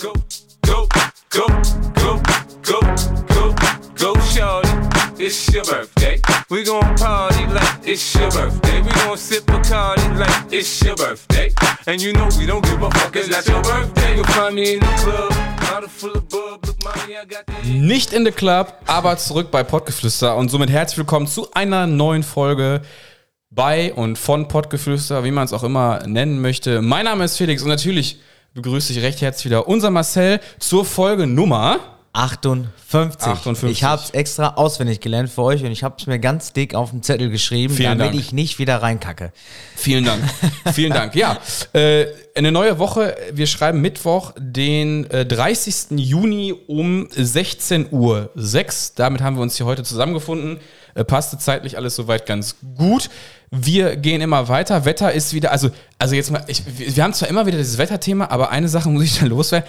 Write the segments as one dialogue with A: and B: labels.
A: go, go, go, go, go, go, go, shorty. It's your birthday. We gon' party like it's your birthday. We gon' sip a party like it's your birthday. And you know we don't give a fuck, it's not your birthday. You'll find me in the club. Bottle full of bub. Look, mommy, I got that.
B: Nicht in the Club, aber zurück bei Pottgeflüster und somit herzlich willkommen zu einer neuen Folge bei und von Pottgeflüster, wie man es auch immer nennen möchte. Mein Name ist Felix und natürlich begrüße ich recht herzlich wieder unser Marcel zur Folge Nummer.
C: 58.
B: 58.
C: Ich habe es extra auswendig gelernt für euch und ich habe es mir ganz dick auf den Zettel geschrieben,
B: Vielen
C: damit
B: Dank.
C: ich nicht wieder reinkacke.
B: Vielen Dank. Vielen Dank. Ja, äh, eine neue Woche. Wir schreiben Mittwoch, den äh, 30. Juni um 16.06 Uhr. Damit haben wir uns hier heute zusammengefunden. Äh, passte zeitlich alles soweit ganz gut. Wir gehen immer weiter. Wetter ist wieder, also, also jetzt mal, ich, wir wir haben zwar immer wieder dieses Wetterthema, aber eine Sache muss ich da loswerden.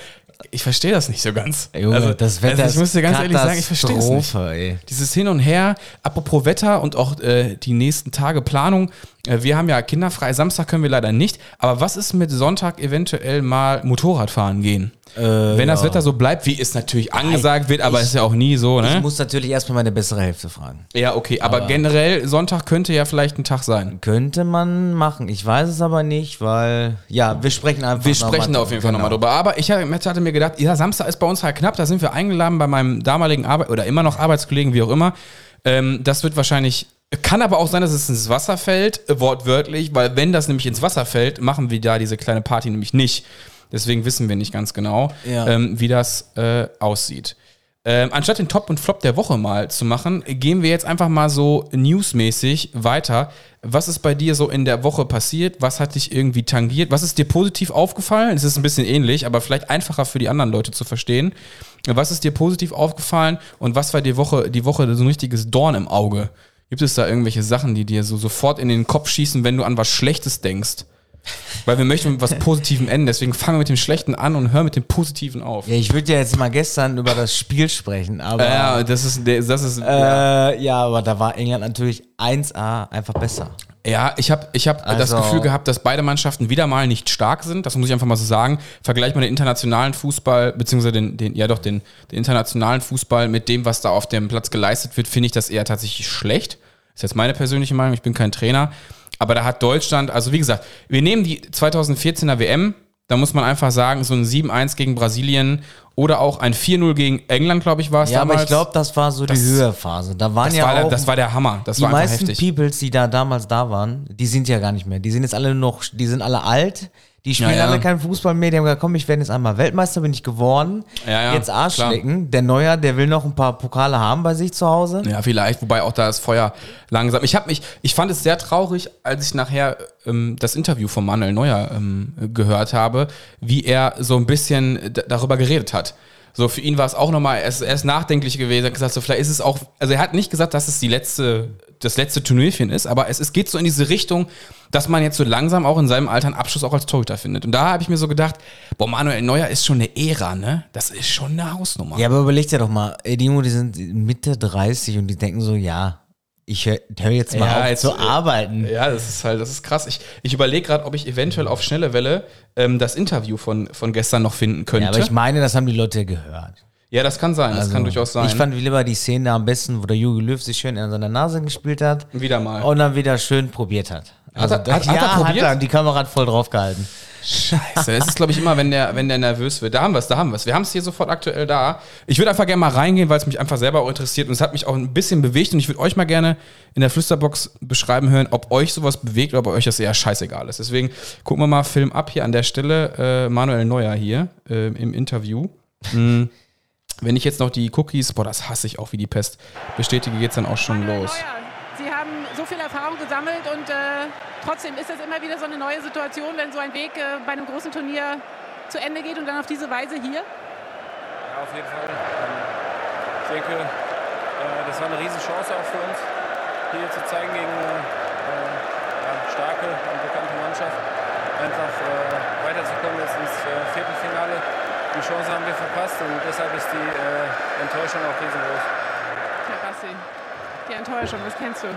B: Ich verstehe das nicht so ganz.
C: Junge, das Wetter
B: also ich muss dir ganz ehrlich sagen, ich verstehe es nicht.
C: Katastrophe, ey.
B: Dieses Hin und Her, apropos Wetter und auch äh, die nächsten Tage Planung. Äh, wir haben ja kinderfrei, Samstag können wir leider nicht. Aber was ist mit Sonntag eventuell mal Motorradfahren gehen? Wenn das Wetter so bleibt, wie es natürlich angesagt wird, aber
C: Äh, ich-
B: ist ja auch nie so,
C: Ich
B: ne?
C: muss natürlich erstmal meine bessere Hälfte fragen.
B: Ja, okay, aber, generell Sonntag könnte ja vielleicht ein Tag sein.
C: Könnte man machen. Ich weiß es aber nicht, weil, ja, wir sprechen einfach genau.
B: Wir sprechen da auf jeden Fall nochmal drüber. Aber ich hab- ich hatte mir gedacht, ja, Samstag ist bei uns halt knapp, da sind wir eingeladen bei meinem damaligen Arbeit oder immer noch Arbeitskollegen, wie auch immer. Ähm, das wird wahrscheinlich, kann aber auch sein, dass es ins Wasser fällt, äh, wortwörtlich, weil wenn das nämlich ins Wasser fällt, machen wir da diese kleine Party nämlich nicht. Deswegen wissen wir nicht ganz genau,
C: Ja.
B: ähm, wie das äh, aussieht. Ähm, anstatt den Top und Flop der Woche mal zu machen, gehen wir jetzt einfach mal so newsmäßig weiter. Was ist bei dir so in der Woche passiert? Was hat dich irgendwie tangiert? Was ist dir positiv aufgefallen? Es ist ein bisschen ähnlich, aber vielleicht einfacher für die anderen Leute zu verstehen. Was ist dir positiv aufgefallen und was war die Woche, die Woche so ein richtiges Dorn im Auge? Gibt es da irgendwelche Sachen, die dir so sofort in den Kopf schießen, wenn du an was Schlechtes denkst? Weil wir möchten mit was Positivem enden, deswegen fangen wir mit dem Schlechten an und hören mit dem Positiven auf.
C: Ja, ich würde ja jetzt mal gestern über das Spiel sprechen, aber.
B: Ja, das ist, das ist,
C: Äh, ja, aber da war England natürlich 1A einfach besser.
B: Ja, ich habe ich hab das
C: Also-
B: Gefühl gehabt, dass beide Mannschaften wieder mal nicht stark sind. Das muss ich einfach mal so sagen. Vergleich mal den internationalen Fußball, beziehungsweise den, den ja doch, den, den internationalen Fußball mit dem, was da auf dem Platz geleistet wird, finde ich das eher tatsächlich schlecht. Ist jetzt meine persönliche Meinung, ich bin kein Trainer. Aber da hat Deutschland, also wie gesagt, wir nehmen die 2014er WM, da muss man einfach sagen, so ein 7-1 gegen Brasilien oder auch ein 4-0 gegen England, glaube ich, war es
C: Ja,
B: damals.
C: aber ich glaube, das war so die Höhephase. Da waren
B: das,
C: ja
B: war, der-
C: auch
B: das war der Hammer. Das
C: die
B: war einfach
C: meisten
B: heftig.
C: Peoples, die da damals da waren, die sind ja gar nicht mehr. Die sind jetzt alle noch, die sind alle alt. Die spielen
B: Ja, ja.
C: alle keinen Fußball mehr. Die haben gesagt, komm, ich werde jetzt einmal Weltmeister, bin ich geworden.
B: Ja, ja,
C: jetzt Arschlecken. Der Neuer, der will noch ein paar Pokale haben bei sich zu Hause.
B: Ja, vielleicht, wobei auch da das Feuer langsam. Ich habe mich, ich fand es sehr traurig, als ich nachher ähm, das Interview von Manuel Neuer ähm, gehört habe, wie er so ein bisschen d- darüber geredet hat. So, für ihn war es auch nochmal, er ist, er ist nachdenklich gewesen, hat gesagt, so vielleicht ist es auch, also er hat nicht gesagt, dass es die letzte, das letzte Turnierchen ist, aber es, es geht so in diese Richtung, dass man jetzt so langsam auch in seinem Alter einen Abschluss auch als Torhüter findet. Und da habe ich mir so gedacht, boah, Manuel Neuer ist schon eine Ära, ne? Das ist schon eine Hausnummer.
C: Ja, aber überleg dir doch mal, ey, die Junge, die sind Mitte 30 und die denken so, ja, ich höre hör jetzt mal
B: Ja,
C: auf
B: jetzt- äh,
C: zu arbeiten.
B: Ja, das ist halt, das ist krass. Ich, ich überlege gerade, ob ich eventuell auf schnelle Welle ähm, das Interview von, von gestern noch finden könnte.
C: ja,
B: Ja,
C: aber ich meine, das haben die Leute gehört.
B: das kann sein, das kann
C: Also,
B: durchaus sein.
C: Ich fand wie lieber die Szene am besten, wo der Jugi Löw sich schön an seiner Nase gespielt hat.
B: Wieder mal.
C: Und dann wieder schön probiert hat.
B: Hat er-
C: da-
B: hat- hat er probiert?
C: die Kamera hat voll drauf gehalten.
B: Scheiße, das ist, glaube ich, immer, wenn der, wenn der nervös wird. Da haben wir es, da haben wir es. Wir haben es hier sofort aktuell da. Ich würde einfach gerne mal reingehen, weil es mich einfach selber auch interessiert und es hat mich auch ein bisschen bewegt und ich würde euch mal gerne in der Flüsterbox beschreiben hören, ob euch sowas bewegt oder ob euch das eher scheißegal ist. Deswegen gucken wir mal Film ab hier an der Stelle. Äh, Manuel Neuer hier äh, im Interview. Hm. Wenn ich jetzt noch die Cookies, boah, das hasse ich auch wie die Pest, bestätige, geht's dann auch schon
D: Manuel
B: los.
D: Neuer. Sie haben so viel Erfahrung gesammelt und äh, trotzdem ist es immer wieder so eine neue Situation, wenn so ein Weg äh, bei einem großen Turnier zu Ende geht und dann auf diese Weise hier.
E: Ja, auf jeden Fall. Ähm, Ich denke, äh, das war eine Riesenchance auch für uns, hier zu zeigen gegen eine äh, ja, starke und bekannte Mannschaft, einfach äh, weiterzukommen jetzt ins äh, Viertelfinale. Die Chance haben wir verpasst und deshalb ist die äh, Enttäuschung auch riesengroß.
D: Ja, Basti, die Enttäuschung, das kennst du.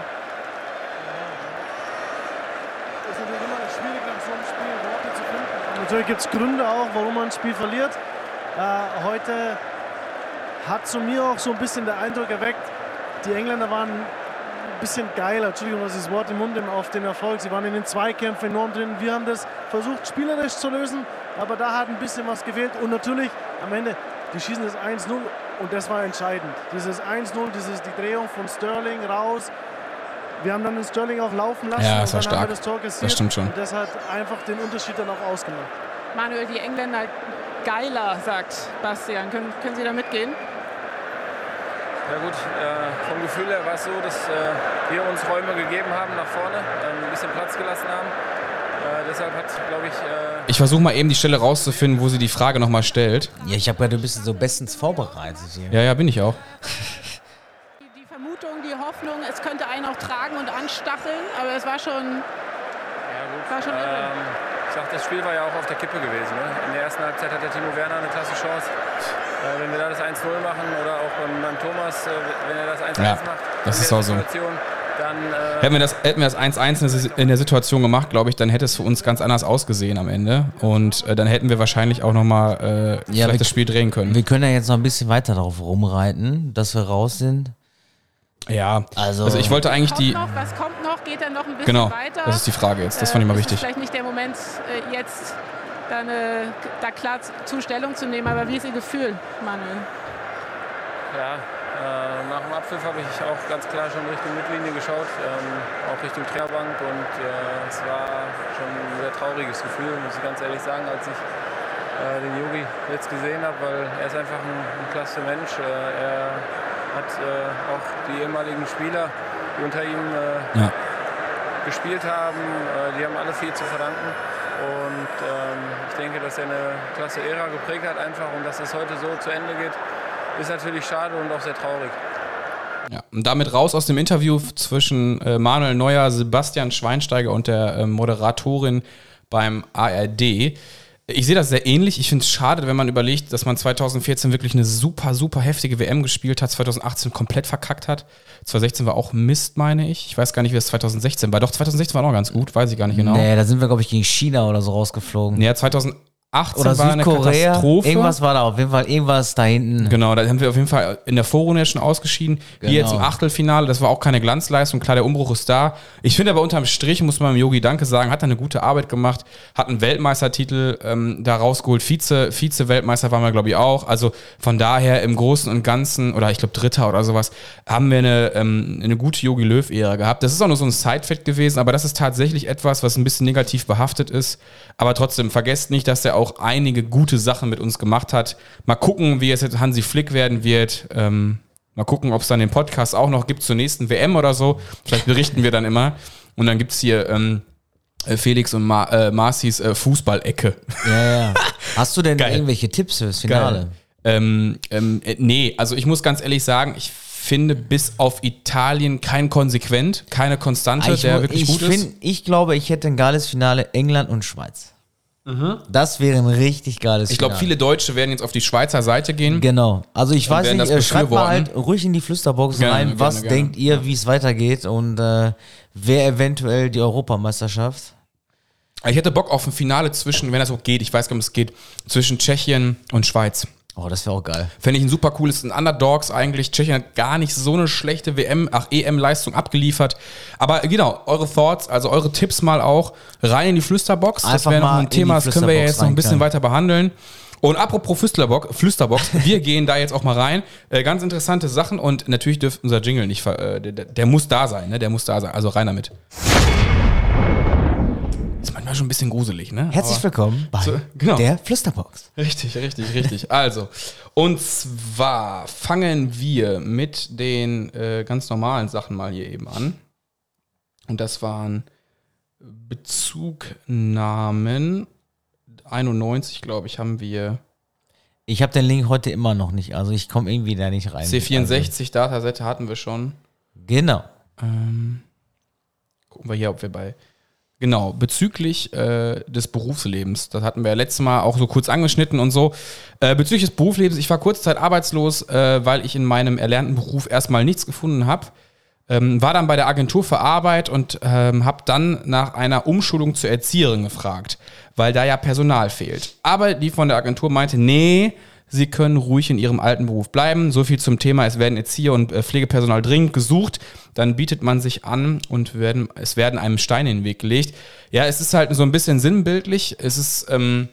F: Es ist natürlich immer schwierig, nach so einem Spiel Worte zu finden. Und natürlich gibt es Gründe auch, warum man ein Spiel verliert. Äh, heute hat zu mir auch so ein bisschen der Eindruck erweckt, die Engländer waren ein bisschen geiler, Entschuldigung, das ist Wort im Mund auf den Erfolg. Sie waren in den Zweikämpfen enorm drin. Wir haben das versucht, spielerisch zu lösen, aber da hat ein bisschen was gefehlt. Und natürlich am Ende, die schießen das 1-0 und das war entscheidend. Dieses 1-0, dieses die Drehung von Sterling raus. Wir haben dann den Sterling auch laufen lassen
B: Ja,
F: und
B: das war
F: dann haben
B: stark.
F: wir das Tor kassiert.
B: stimmt schon.
F: Und das hat einfach den Unterschied dann auch ausgemacht.
D: Manuel, die Engländer geiler, sagt Bastian. Können, können Sie da mitgehen?
E: Ja gut, äh, vom Gefühl her war es so, dass äh, wir uns Räume gegeben haben nach vorne, ähm, ein bisschen Platz gelassen haben. Äh, deshalb hat, glaube ich, äh,
B: Ich versuche mal eben die Stelle rauszufinden, wo sie die Frage nochmal stellt.
C: Ja, ich habe gerade ein bisschen so bestens vorbereitet hier.
B: Ja, ja, bin ich auch.
D: Die, die Vermutung, die Hoffnung, es könnte einen auch tragen und anstacheln, aber es war schon
E: ja gut,
D: War schon irre.
E: ähm, ich sag, das Spiel war ja auch auf der Kippe gewesen. Ne? In der ersten Halbzeit hat der Timo Werner eine klasse Chance. Äh, wenn wir da das 1-0 machen oder auch beim, beim Thomas, äh, wenn er das 1-1
B: Ja,
E: macht,
B: das
E: in
B: ist
E: der
B: auch so.
E: Situation, dann äh,
B: Hätten wir das, hätten wir das 1-1 in der Situation gemacht, glaube ich, dann hätte es für uns ganz anders ausgesehen am Ende. Und äh, dann hätten wir wahrscheinlich auch nochmal äh,
C: Ja, wir-
B: vielleicht das Spiel drehen können.
C: Wir können ja jetzt noch ein bisschen weiter darauf rumreiten, dass wir raus sind.
B: Ja,
C: Also-
B: also ich wollte eigentlich
D: kommt
B: die...
D: noch, was kommt noch, geht dann noch ein bisschen
B: Genau,
D: weiter.
B: das ist die Frage jetzt. Das fand ich mal
D: Äh,
B: wichtig.
D: Ist vielleicht nicht der Moment, äh, jetzt dann, äh, da klar zu- zu Stellung zu nehmen, aber wie ist Ihr Gefühl, Manuel?
E: Ja, äh, nach dem Abpfiff habe ich auch ganz klar schon Richtung Mittellinie geschaut, ähm, auch Richtung Trainerbank und äh, es war schon ein sehr trauriges Gefühl, muss ich ganz ehrlich sagen, als ich äh, den Yogi jetzt gesehen habe, weil er ist einfach ein, ein klasse Mensch. Äh, er hat äh, auch die ehemaligen Spieler, die unter ihm äh,
B: Ja.
E: gespielt haben, äh, die haben alle viel zu verdanken. Und ähm, ich denke, dass er eine klasse Ära geprägt hat einfach und dass das heute so zu Ende geht, ist natürlich schade und auch sehr traurig.
B: Ja, und damit raus aus dem Interview zwischen äh, Manuel Neuer, Sebastian Schweinsteiger und der äh, Moderatorin beim ARD. Ich sehe das sehr ähnlich. Ich finde es schade, wenn man überlegt, dass man 2014 wirklich eine super, super heftige WM gespielt hat, 2018 komplett verkackt hat. 2016 war auch Mist, meine ich. Ich weiß gar nicht, wie es 2016 war. Doch, 2016 war noch ganz gut, weiß ich gar nicht genau.
C: Nee, da sind wir, glaube ich, gegen China oder so rausgeflogen.
B: Ja, 2018
C: oder
B: war eine
C: Südkorea.
B: Katastrophe.
C: Irgendwas war da auf jeden Fall, irgendwas da hinten.
B: Genau, da haben wir auf jeden Fall in der Vorrunde ja schon ausgeschieden. Hier
C: Genau.
B: jetzt im Achtelfinale, das war auch keine Glanzleistung. Klar, der Umbruch ist da. Ich finde aber unterm Strich, muss man dem Yogi Danke sagen, hat er eine gute Arbeit gemacht, hat einen Weltmeistertitel ähm, da rausgeholt. Vize, Vize-Weltmeister waren wir, glaube ich, auch. Also von daher im Großen und Ganzen, oder ich glaube Dritter oder sowas, haben wir eine, ähm, eine gute Yogi Löw-Ära gehabt. Das ist auch nur so ein Side-Fact gewesen, aber das ist tatsächlich etwas, was ein bisschen negativ behaftet ist. Aber trotzdem, vergesst nicht, dass er auch einige gute Sachen mit uns gemacht hat. Mal gucken, wie es jetzt Hansi Flick werden wird. Ähm, mal gucken, ob es dann den Podcast auch noch gibt zur nächsten WM oder so. Vielleicht berichten wir dann immer. Und dann gibt es hier ähm, äh, Felix und Ma äh, Marcis äh, Fußballecke.
C: Ja, ja. Hast du denn
B: Geil.
C: irgendwelche Tipps fürs Finale?
B: Ähm, ähm, äh, nee, also ich muss ganz ehrlich sagen, ich finde bis auf Italien kein konsequent, keine Konstante,
C: Ah, Ich,
B: der
C: mu-
B: wirklich
C: ich,
B: gut ist.
C: find- ich glaube, ich hätte ein geiles Finale England und Schweiz. Das wäre ein richtig geiles
B: Mhm. Ich glaube,
C: Finale.
B: viele Deutsche werden jetzt auf die Schweizer Seite gehen.
C: Genau. Also ich weiß
B: werden
C: nicht,
B: das
C: äh, schreibt mal halt
B: befürworten.
C: ruhig in die Flüsterbox
B: Gerne,
C: rein,
B: gerne,
C: was
B: gerne.
C: denkt ihr, wie es weitergeht und äh, wer eventuell die Europameisterschaft.
B: Ich hätte Bock auf ein Finale zwischen, wenn das auch geht, ich weiß gar nicht, ob es geht, zwischen Tschechien und Schweiz.
C: Oh, das wäre auch geil.
B: Fände ich ein super cooles sind Underdogs eigentlich. Tschechien hat gar nicht so eine schlechte WM, ach EM-Leistung abgeliefert. Aber genau, eure Thoughts, also eure Tipps mal auch rein in die Flüsterbox. das
C: Einfach
B: wäre noch
C: mal
B: ein
C: in die
B: Thema, das können wir ja
C: Flüsterbox
B: jetzt noch ein bisschen
C: reinknallen.
B: weiter behandeln. Und apropos Flüsterbox, Flüsterbox wir gehen da jetzt auch mal rein. Äh, ganz interessante Sachen und natürlich dürft unser Jingle nicht, ver äh, der, der- der muss da sein, ne? der muss da sein. Also rein damit. Ist manchmal schon ein bisschen gruselig, ne?
C: Herzlich
B: Aber-
C: willkommen bei
B: So, genau.
C: der Flüsterbox.
B: Richtig, richtig, richtig. Also, und zwar fangen wir mit den äh, ganz normalen Sachen mal hier eben an. Und das waren Bezugnahmen. 91, glaube ich, haben wir.
C: Ich habe den Link heute immer noch nicht, also ich komme irgendwie da nicht rein. Also,
B: C64 Datasette hatten wir schon.
C: genau.
B: Gucken wir hier, ob wir bei. Genau, bezüglich äh, des Berufslebens. Das hatten wir ja letztes Mal auch so kurz angeschnitten und so. Äh, bezüglich des Berufslebens, ich war kurze Zeit arbeitslos, äh, weil ich in meinem erlernten Beruf erstmal nichts gefunden habe. Ähm, war dann bei der Agentur für Arbeit und ähm, habe dann nach einer Umschulung zur Erzieherin gefragt, weil da ja Personal fehlt. Aber die von der Agentur meinte, nee, Sie können ruhig in ihrem alten Beruf bleiben. So viel zum Thema, es werden Erzieher und äh, Pflegepersonal dringend gesucht. Dann bietet man sich an und werden, es werden einem Steine in den Weg gelegt. Ja, es ist halt so ein bisschen sinnbildlich. Es ist, ähm,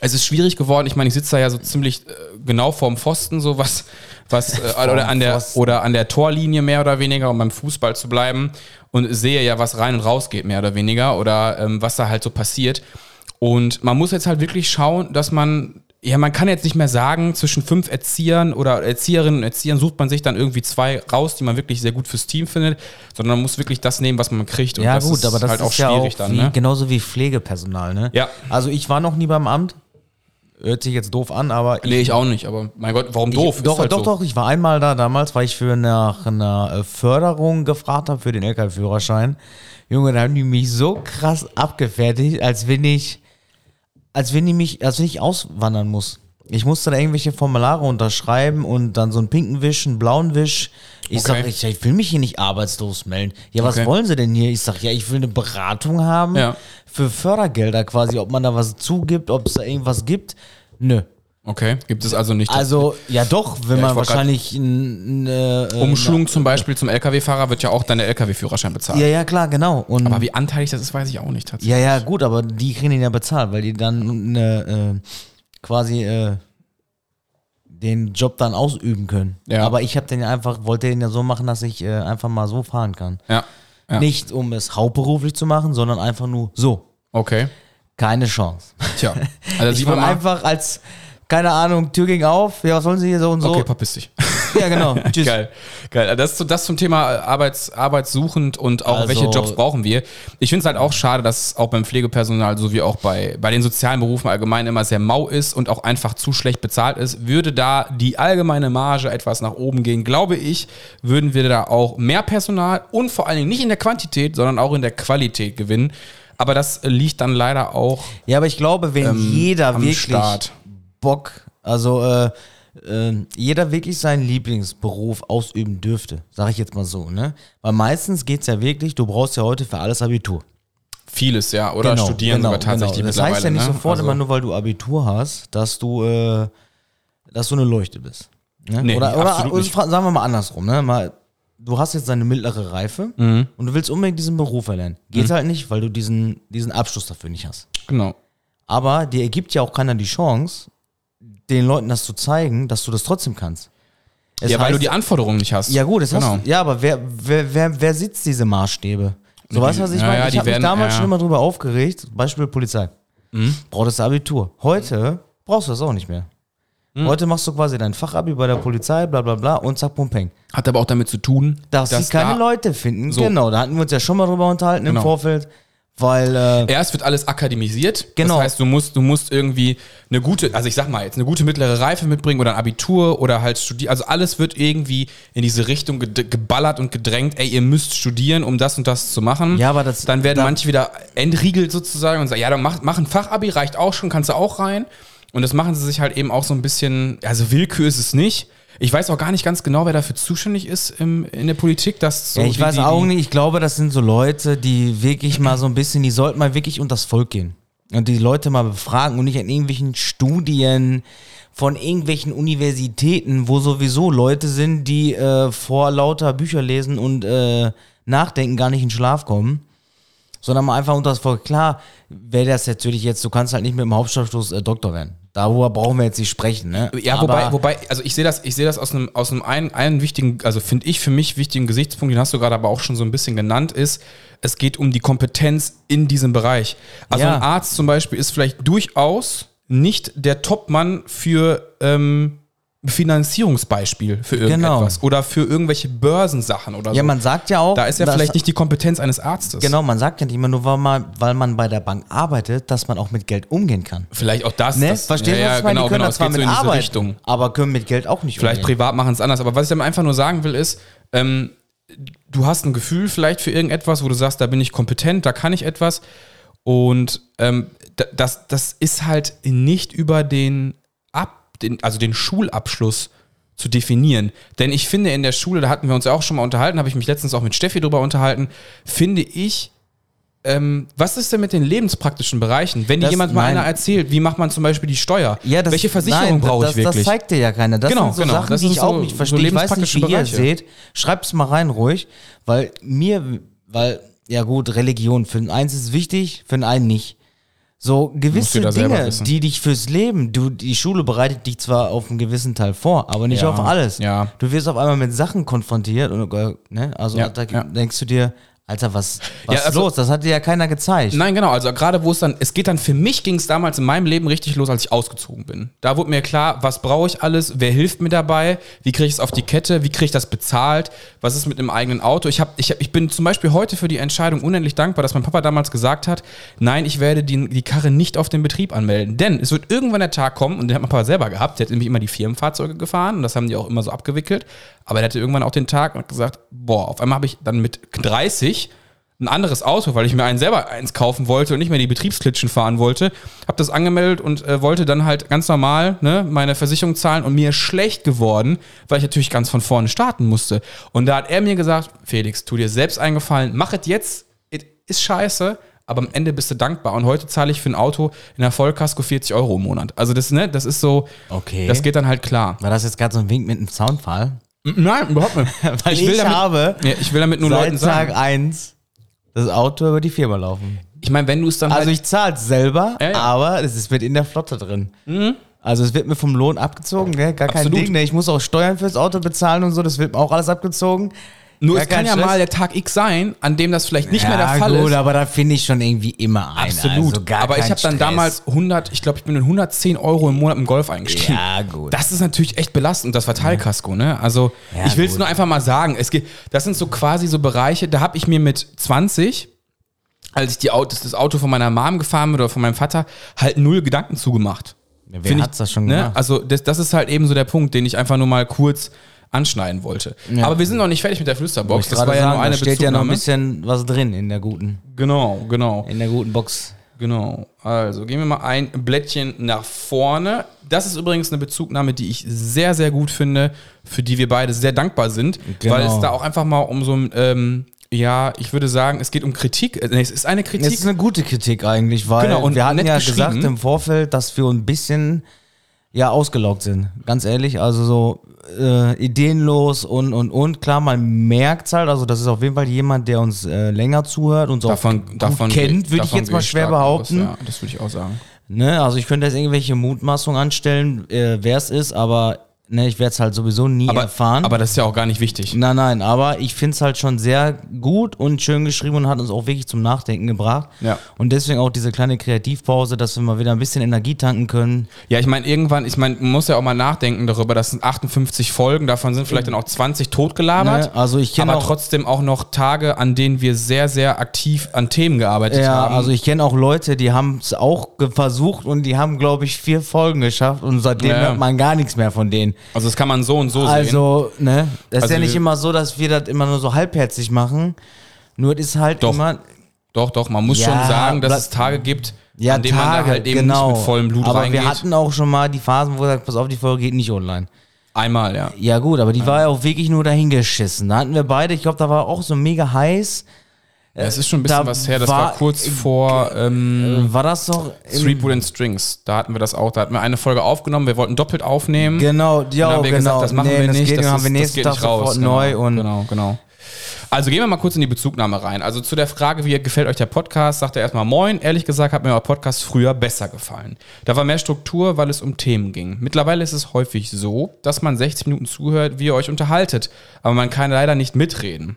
B: es ist schwierig geworden. Ich meine, ich sitze da ja so ziemlich äh, genau vorm Pfosten, so was, was äh, oder, an der,
C: Pfosten.
B: oder an der Torlinie mehr oder weniger, um beim Fußball zu bleiben und sehe ja, was rein und raus geht, mehr oder weniger, oder ähm, was da halt so passiert. Und man muss jetzt halt wirklich schauen, dass man, ja, man kann jetzt nicht mehr sagen, zwischen fünf Erziehern oder Erzieherinnen und Erziehern sucht man sich dann irgendwie zwei raus, die man wirklich sehr gut fürs Team findet, sondern man muss wirklich das nehmen, was man kriegt. Und
C: ja gut, aber das ist ja auch
B: dann.
C: wie,
B: Ne?
C: genauso wie Pflegepersonal, ne?
B: Ja.
C: Also ich war noch nie beim Amt. Hört sich jetzt doof an, aber
B: Nee, ich auch nicht, aber mein Gott, warum doof?
C: Ich,
B: Ist
C: doch,
B: halt
C: doch,
B: so.
C: doch. Ich war einmal da damals, weil ich für nach einer äh, Förderung gefragt habe für den LKW-Führerschein. Junge, da haben die mich so krass abgefertigt, als wenn ich, als wenn die mich, als wenn ich auswandern muss. Ich musste da irgendwelche Formulare unterschreiben und dann so einen pinken Wisch, einen blauen Wisch. Ich sag,
B: Okay.
C: ich, ich will mich hier nicht arbeitslos melden. Ja, was
B: Okay.
C: wollen sie denn hier? Ich sag, ja, ich will eine Beratung haben
B: Ja.
C: für Fördergelder quasi, ob man da was zugibt, ob es da irgendwas gibt. Nö,
B: Okay, gibt es also nicht.
C: also, ja doch,
B: Ja,
C: wenn
B: ich
C: man
B: wollt grad-
C: wahrscheinlich n- ne, äh,
B: Umschulung zum Beispiel zum LKW-Fahrer wird ja auch dann der LKW-Führerschein bezahlt.
C: Ja, ja, klar, genau. Und
B: Aber wie anteilig das ist, weiß ich auch nicht tatsächlich.
C: ja, ja, gut, aber die kriegen den ja bezahlt, weil die dann ne, äh, quasi äh, den Job dann ausüben können.
B: Ja.
C: Aber ich habe den ja einfach, wollte den ja so machen, dass ich äh, einfach mal so fahren kann.
B: Ja. ja.
C: Nicht um es hauptberuflich zu machen, sondern einfach nur so.
B: Okay.
C: Keine Chance.
B: Tja. Also
C: ich
B: sieht man
C: war
B: mal.
C: einfach als, keine Ahnung, Tür ging auf, ja, was wollen sie hier so und so?
B: Okay, verpiss dich.
C: ja, genau. Tschüss.
B: Geil, geil. Also Das, zu- das zum Thema äh, Arbeits, arbeitssuchend und auch
C: Also-
B: welche Jobs brauchen wir. Ich finde es halt auch schade, dass es auch beim Pflegepersonal sowie auch bei, bei den sozialen Berufen allgemein immer sehr mau ist und auch einfach zu schlecht bezahlt ist. Würde da die allgemeine Marge etwas nach oben gehen, glaube ich, würden wir da auch mehr Personal und vor allen Dingen nicht in der Quantität, sondern auch in der Qualität gewinnen. Aber das liegt dann leider auch
C: Ja, aber ich glaube, wenn
B: ähm,
C: jeder
B: am
C: wirklich
B: Start.
C: Bock, also äh, äh, jeder wirklich seinen Lieblingsberuf ausüben dürfte, sage ich jetzt mal so, ne? Weil meistens geht's ja wirklich, du brauchst ja heute für alles Abitur.
B: Vieles, ja. Oder studieren sogar tatsächlich
C: Genau, Das heißt
B: mittlerweile,
C: ja nicht
B: ne?
C: sofort
B: Also-
C: immer nur, weil du Abitur hast, dass du, äh, dass du eine Leuchte bist. Ne?
B: Nee,
C: oder oder
B: absolut
C: oder
B: nicht.
C: fra- sagen wir mal andersrum, ne? Mal, du hast jetzt deine mittlere Reife
B: Mhm.
C: und du willst unbedingt diesen Beruf erlernen. Geht halt nicht, weil du diesen, diesen Abschluss dafür nicht hast.
B: Genau.
C: Aber dir ergibt ja auch keiner die Chance, den Leuten das zu zeigen, dass du das trotzdem kannst. Es
B: ja, weil
C: heißt-
B: du die Anforderungen nicht hast.
C: ja gut, das
B: genau.
C: hast du, ja, aber wer, wer, wer, wer sitzt diese Maßstäbe? So weißt du, was ich
B: Ja,
C: meine?
B: ja,
C: ich
B: die
C: habe mich
B: werden-
C: damals
B: ja. Mhm.
C: schon immer drüber aufgeregt. Beispiel Polizei. Braucht das Abitur. Heute brauchst du das auch nicht mehr.
B: Mhm.
C: Heute machst du quasi dein Fachabi bei der Polizei, bla bla bla und zack, pum, peng.
B: Hat aber auch damit zu tun,
C: Darfst du keine
B: da-
C: Leute finden.
B: So.
C: Genau, da hatten wir uns ja schon mal drüber unterhalten
B: Genau.
C: im Vorfeld, weil äh,
B: Erst wird alles akademisiert.
C: Genau.
B: Das heißt, du musst, du musst irgendwie eine gute, also ich sag mal jetzt, eine gute mittlere Reife mitbringen oder ein Abitur oder halt studieren. Also alles wird irgendwie in diese Richtung ged- geballert und gedrängt. Ey, ihr müsst studieren, um das und das zu machen.
C: Ja, aber das-
B: Dann werden
C: da-
B: manche wieder entriegelt sozusagen und sagen, ja, dann mach, mach ein Fachabi, reicht auch schon, kannst du auch rein. Und das machen sie sich halt eben auch so ein bisschen, also Willkür ist es nicht. Ich weiß auch gar nicht ganz genau, wer dafür zuständig ist im, in der Politik, dass so
C: ja, ich
B: die-
C: weiß
B: die-
C: auch
B: die-
C: nicht, ich glaube, das sind so Leute, die wirklich mal so ein bisschen, die sollten mal wirklich unters Volk gehen. Und die Leute mal befragen und nicht an irgendwelchen Studien von irgendwelchen Universitäten, wo sowieso Leute sind, die äh, vor lauter Bücher lesen und äh, nachdenken gar nicht in Schlaf kommen. Sondern mal einfach unters Volk. Klar, wäre das natürlich jetzt, du kannst halt nicht mit dem Hauptschulabschluss äh, Doktor werden. Darüber brauchen wir jetzt nicht sprechen, ne?
B: Ja, wobei, wobei, also ich sehe das, ich sehe das aus einem, aus einem einen, einen wichtigen, also finde ich für mich wichtigen Gesichtspunkt, den hast du gerade aber auch schon so ein bisschen genannt, ist, es geht um die Kompetenz in diesem Bereich. Also
C: Ja.
B: ein Arzt zum Beispiel ist vielleicht durchaus nicht der Topmann für ähm, Finanzierungsbeispiel für irgendetwas oder für irgendwelche Börsensachen oder
C: Genau. Ja,
B: so.
C: man sagt ja auch.
B: da ist ja
C: dass-
B: vielleicht nicht die Kompetenz eines Arztes.
C: Genau, man sagt ja nicht immer nur, weil man, weil man bei der Bank arbeitet, dass man auch mit Geld umgehen kann.
B: Vielleicht auch das.
C: Ne?
B: das
C: Verstehst du,
B: ja,
C: was
B: ja,
C: ich meine?
B: Genau,
C: die können
B: genau.
C: da
B: Es
C: zwar
B: geht so
C: mit
B: in diese
C: arbeiten,
B: Richtung.
C: aber können mit Geld auch nicht
B: Vielleicht
C: umgehen.
B: privat machen es anders. Aber was ich damit einfach nur sagen will, ist, ähm, du hast ein Gefühl vielleicht für irgendetwas, wo du sagst, da bin ich kompetent, da kann ich etwas. Und ähm, da- das, das ist halt nicht über den, Ab, den, also den Schulabschluss zu definieren. Denn ich finde in der Schule, da hatten wir uns ja auch schon mal unterhalten, habe ich mich letztens auch mit Steffi drüber unterhalten, finde ich, Ähm, was ist denn mit den lebenspraktischen Bereichen? Wenn dir
C: Das-
B: jemand mal
C: nein.
B: einer erzählt, wie macht man zum Beispiel die Steuer?
C: Ja, das,
B: Welche Versicherung
C: nein,
B: brauche
C: das-
B: ich wirklich?
C: Das zeigt dir ja keiner. Das
B: Genau,
C: sind so
B: genau.
C: Sachen,
B: Das
C: die
B: sind
C: ich
B: so-
C: auch nicht
B: so
C: verstehe. ich weiß nicht,
B: lebenspraktische
C: wie ihr es
B: Bereiche.
C: seht. Schreibt's mal rein ruhig, weil mir, weil, ja gut, Religion für den einen ist es wichtig, für den einen nicht. So gewisse
B: jeder selber
C: Dinge,
B: wissen.
C: die dich fürs Leben, du, die Schule bereitet dich zwar auf einen gewissen Teil vor, aber nicht
B: Ja,
C: auf alles.
B: ja.
C: Du wirst auf einmal mit Sachen konfrontiert und äh, ne, also
B: Ja,
C: da
B: ja.
C: denkst du dir, Alter, was, was
B: Ja,
C: ist
B: also-
C: los? Das hat dir ja keiner gezeigt.
B: Nein, genau. Also gerade wo es dann, es geht dann für mich ging es damals in meinem Leben richtig los, als ich ausgezogen bin. Da wurde mir klar, was brauche ich alles, wer hilft mir dabei, wie kriege ich es auf die Kette, wie kriege ich das bezahlt, was ist mit einem eigenen Auto. Ich habe, ich, hab, ich bin zum Beispiel heute für die Entscheidung unendlich dankbar, dass mein Papa damals gesagt hat, nein, ich werde die, die Karre nicht auf den Betrieb anmelden, denn es wird irgendwann der Tag kommen und den hat mein Papa selber gehabt. Der hat nämlich immer die Firmenfahrzeuge gefahren und das haben die auch immer so abgewickelt. Aber der hatte irgendwann auch den Tag und hat gesagt, boah, auf einmal habe ich dann mit 30 ein anderes Auto, weil ich mir einen selber eins kaufen wollte und nicht mehr die Betriebsklitschen fahren wollte. Hab das angemeldet und äh, wollte dann halt ganz normal ne, meine Versicherung zahlen und mir ist schlecht geworden, weil ich natürlich ganz von vorne starten musste. Und da hat er mir gesagt, Felix, tu dir selbst einen Gefallen, mach es jetzt, es ist scheiße, aber am Ende bist du dankbar. Und heute zahle ich für ein Auto in der Vollkasko 40 Euro im Monat. Also das, ne, das ist so,
C: Okay.
B: das geht dann halt klar.
C: War das jetzt gerade so ein Wink mit einem Soundfall?
B: Nein, überhaupt nicht.
C: Weil ich, habe
B: ja, ich will damit nur Leuten
C: seit Tag
B: sagen.
C: 1 das Auto über die Firma laufen.
B: Ich meine, wenn du es dann
C: Also
B: halt,
C: ich zahle es selber,
B: Ja, ja.
C: aber es ist mit in der Flotte drin. Also es wird mir vom Lohn abgezogen, ne? gar kein
B: Absolut.
C: Ding. Ne? Ich muss auch Steuern fürs Auto bezahlen und so, das wird mir auch alles abgezogen.
B: Nur
C: Gar
B: es kann
C: kein
B: ja
C: Stress.
B: mal der Tag X sein, an dem das vielleicht nicht mehr der
C: Ja,
B: Fall
C: gut,
B: ist.
C: aber da finde ich schon irgendwie immer ein.
B: Absolut.
C: Also gar
B: aber ich
C: kein
B: habe dann
C: Stress.
B: damals 100, ich glaube, ich bin in 110 Euro im Monat im Golf eingestiegen.
C: Ja, gut.
B: Das ist natürlich echt belastend, das war Teilkasko, ne? Also,
C: Ja,
B: ich will es
C: gut.
B: nur einfach mal sagen. Es geht, das sind so quasi so Bereiche, da habe ich mir mit 20, als ich die Auto, das Auto von meiner Mom gefahren bin oder von meinem Vater, halt null Gedanken zugemacht.
C: wer
B: Find ich-
C: hat's das schon gemacht?
B: Also, das, das ist halt eben so der Punkt, den ich einfach nur mal kurz anschneiden wollte.
C: Ja.
B: Aber wir sind noch nicht fertig mit der Flüsterbox.
C: Wollte ich gerade sagen, da steht ja noch ein
B: Bezugnahme.
C: bisschen was drin in der guten,
B: Genau, genau.
C: in der guten Box.
B: Genau. Also gehen wir mal ein Blättchen nach vorne. Das ist übrigens eine Bezugnahme, die ich sehr, sehr gut finde, für die wir beide sehr dankbar sind,
C: Genau.
B: weil es da auch einfach mal um so ein, ähm, ja, ich würde sagen, es geht um Kritik. Äh, nee, es ist eine
C: Das
B: Kritik.
C: ist eine gute Kritik eigentlich, weil
B: Genau, und
C: wir hatten
B: nett
C: ja
B: geschrieben.
C: gesagt im Vorfeld, dass wir ein bisschen ja ausgelaugt sind. Ganz ehrlich, also so äh, ideenlos und und und klar, man merkt's halt, also das ist auf jeden Fall jemand, der uns äh, länger zuhört und so gut kennt, würde ich
B: davon
C: jetzt
B: gehe
C: mal schwer
B: stark
C: behaupten.
B: Aus, ja, das würde ich auch sagen.
C: Ne, also ich könnte jetzt irgendwelche Mutmaßungen anstellen, äh, wer es ist, aber ne, ich werde es halt sowieso nie
B: Aber,
C: erfahren.
B: aber das ist ja auch gar nicht wichtig.
C: Nein, nein, aber ich finde es halt schon sehr gut und schön geschrieben und hat uns auch wirklich zum Nachdenken gebracht.
B: Ja.
C: Und deswegen auch diese kleine Kreativpause, dass wir mal wieder ein bisschen Energie tanken können.
B: Ja, ich meine, irgendwann, ich meine, man muss ja auch mal nachdenken darüber, das sind 58 Folgen, davon sind vielleicht dann auch 20 totgelabert.
C: Mhm. Ne? Also ich kenne
B: aber
C: auch,
B: trotzdem auch noch Tage, an denen wir sehr, sehr aktiv an Themen gearbeitet
C: ja,
B: haben.
C: also ich kenn auch Leute, die haben es auch ge- versucht und die haben, glaube ich, vier Folgen geschafft und seitdem
B: Ja.
C: hört man gar nichts mehr von denen.
B: also das kann man so und so sehen.
C: Also, ne? Das ist
B: Also
C: ja nicht
B: wir-
C: immer so, dass wir das immer nur so halbherzig machen. Nur das ist halt
B: Doch.
C: immer.
B: Doch, doch, man muss
C: Ja,
B: schon sagen, dass
C: bla-
B: es Tage gibt,
C: Ja,
B: an denen
C: Tage,
B: man da halt eben
C: genau.
B: nicht mit vollem Blut
C: aber
B: reingeht.
C: wir hatten auch schon mal die Phasen, wo wir gesagt, pass auf, die Folge geht nicht online.
B: Einmal, ja.
C: Ja, gut, aber die war ja auch wirklich nur dahingeschissen. Da hatten wir beide, ich glaube, da war auch so mega heiß.
B: Es ist schon ein bisschen
C: Äh, da
B: was her. Das war,
C: war-
B: kurz vor ähm,
C: War das doch. im-
B: Three Bull and Strings. Da hatten wir das auch. Da hatten wir eine Folge aufgenommen. Wir wollten doppelt aufnehmen.
C: Genau, ja,
B: Dann
C: genau.
B: haben wir gesagt, das machen
C: Nee,
B: wir
C: das
B: nicht.
C: Geht,
B: das
C: haben
B: ist-
C: wir
B: das
C: nächsten
B: geht
C: Tag
B: nicht raus.
C: sofort
B: genau,
C: neu und
B: genau, genau. Also gehen wir mal kurz in die Bezugnahme rein. Also zu der Frage, wie gefällt euch der Podcast, sagt er erstmal Moin. Ehrlich gesagt hat mir euer Podcast früher besser gefallen. Da war mehr Struktur, weil es um Themen ging. Mittlerweile ist es häufig so, dass man 60 Minuten zuhört, wie ihr euch unterhaltet. Aber man kann leider nicht mitreden.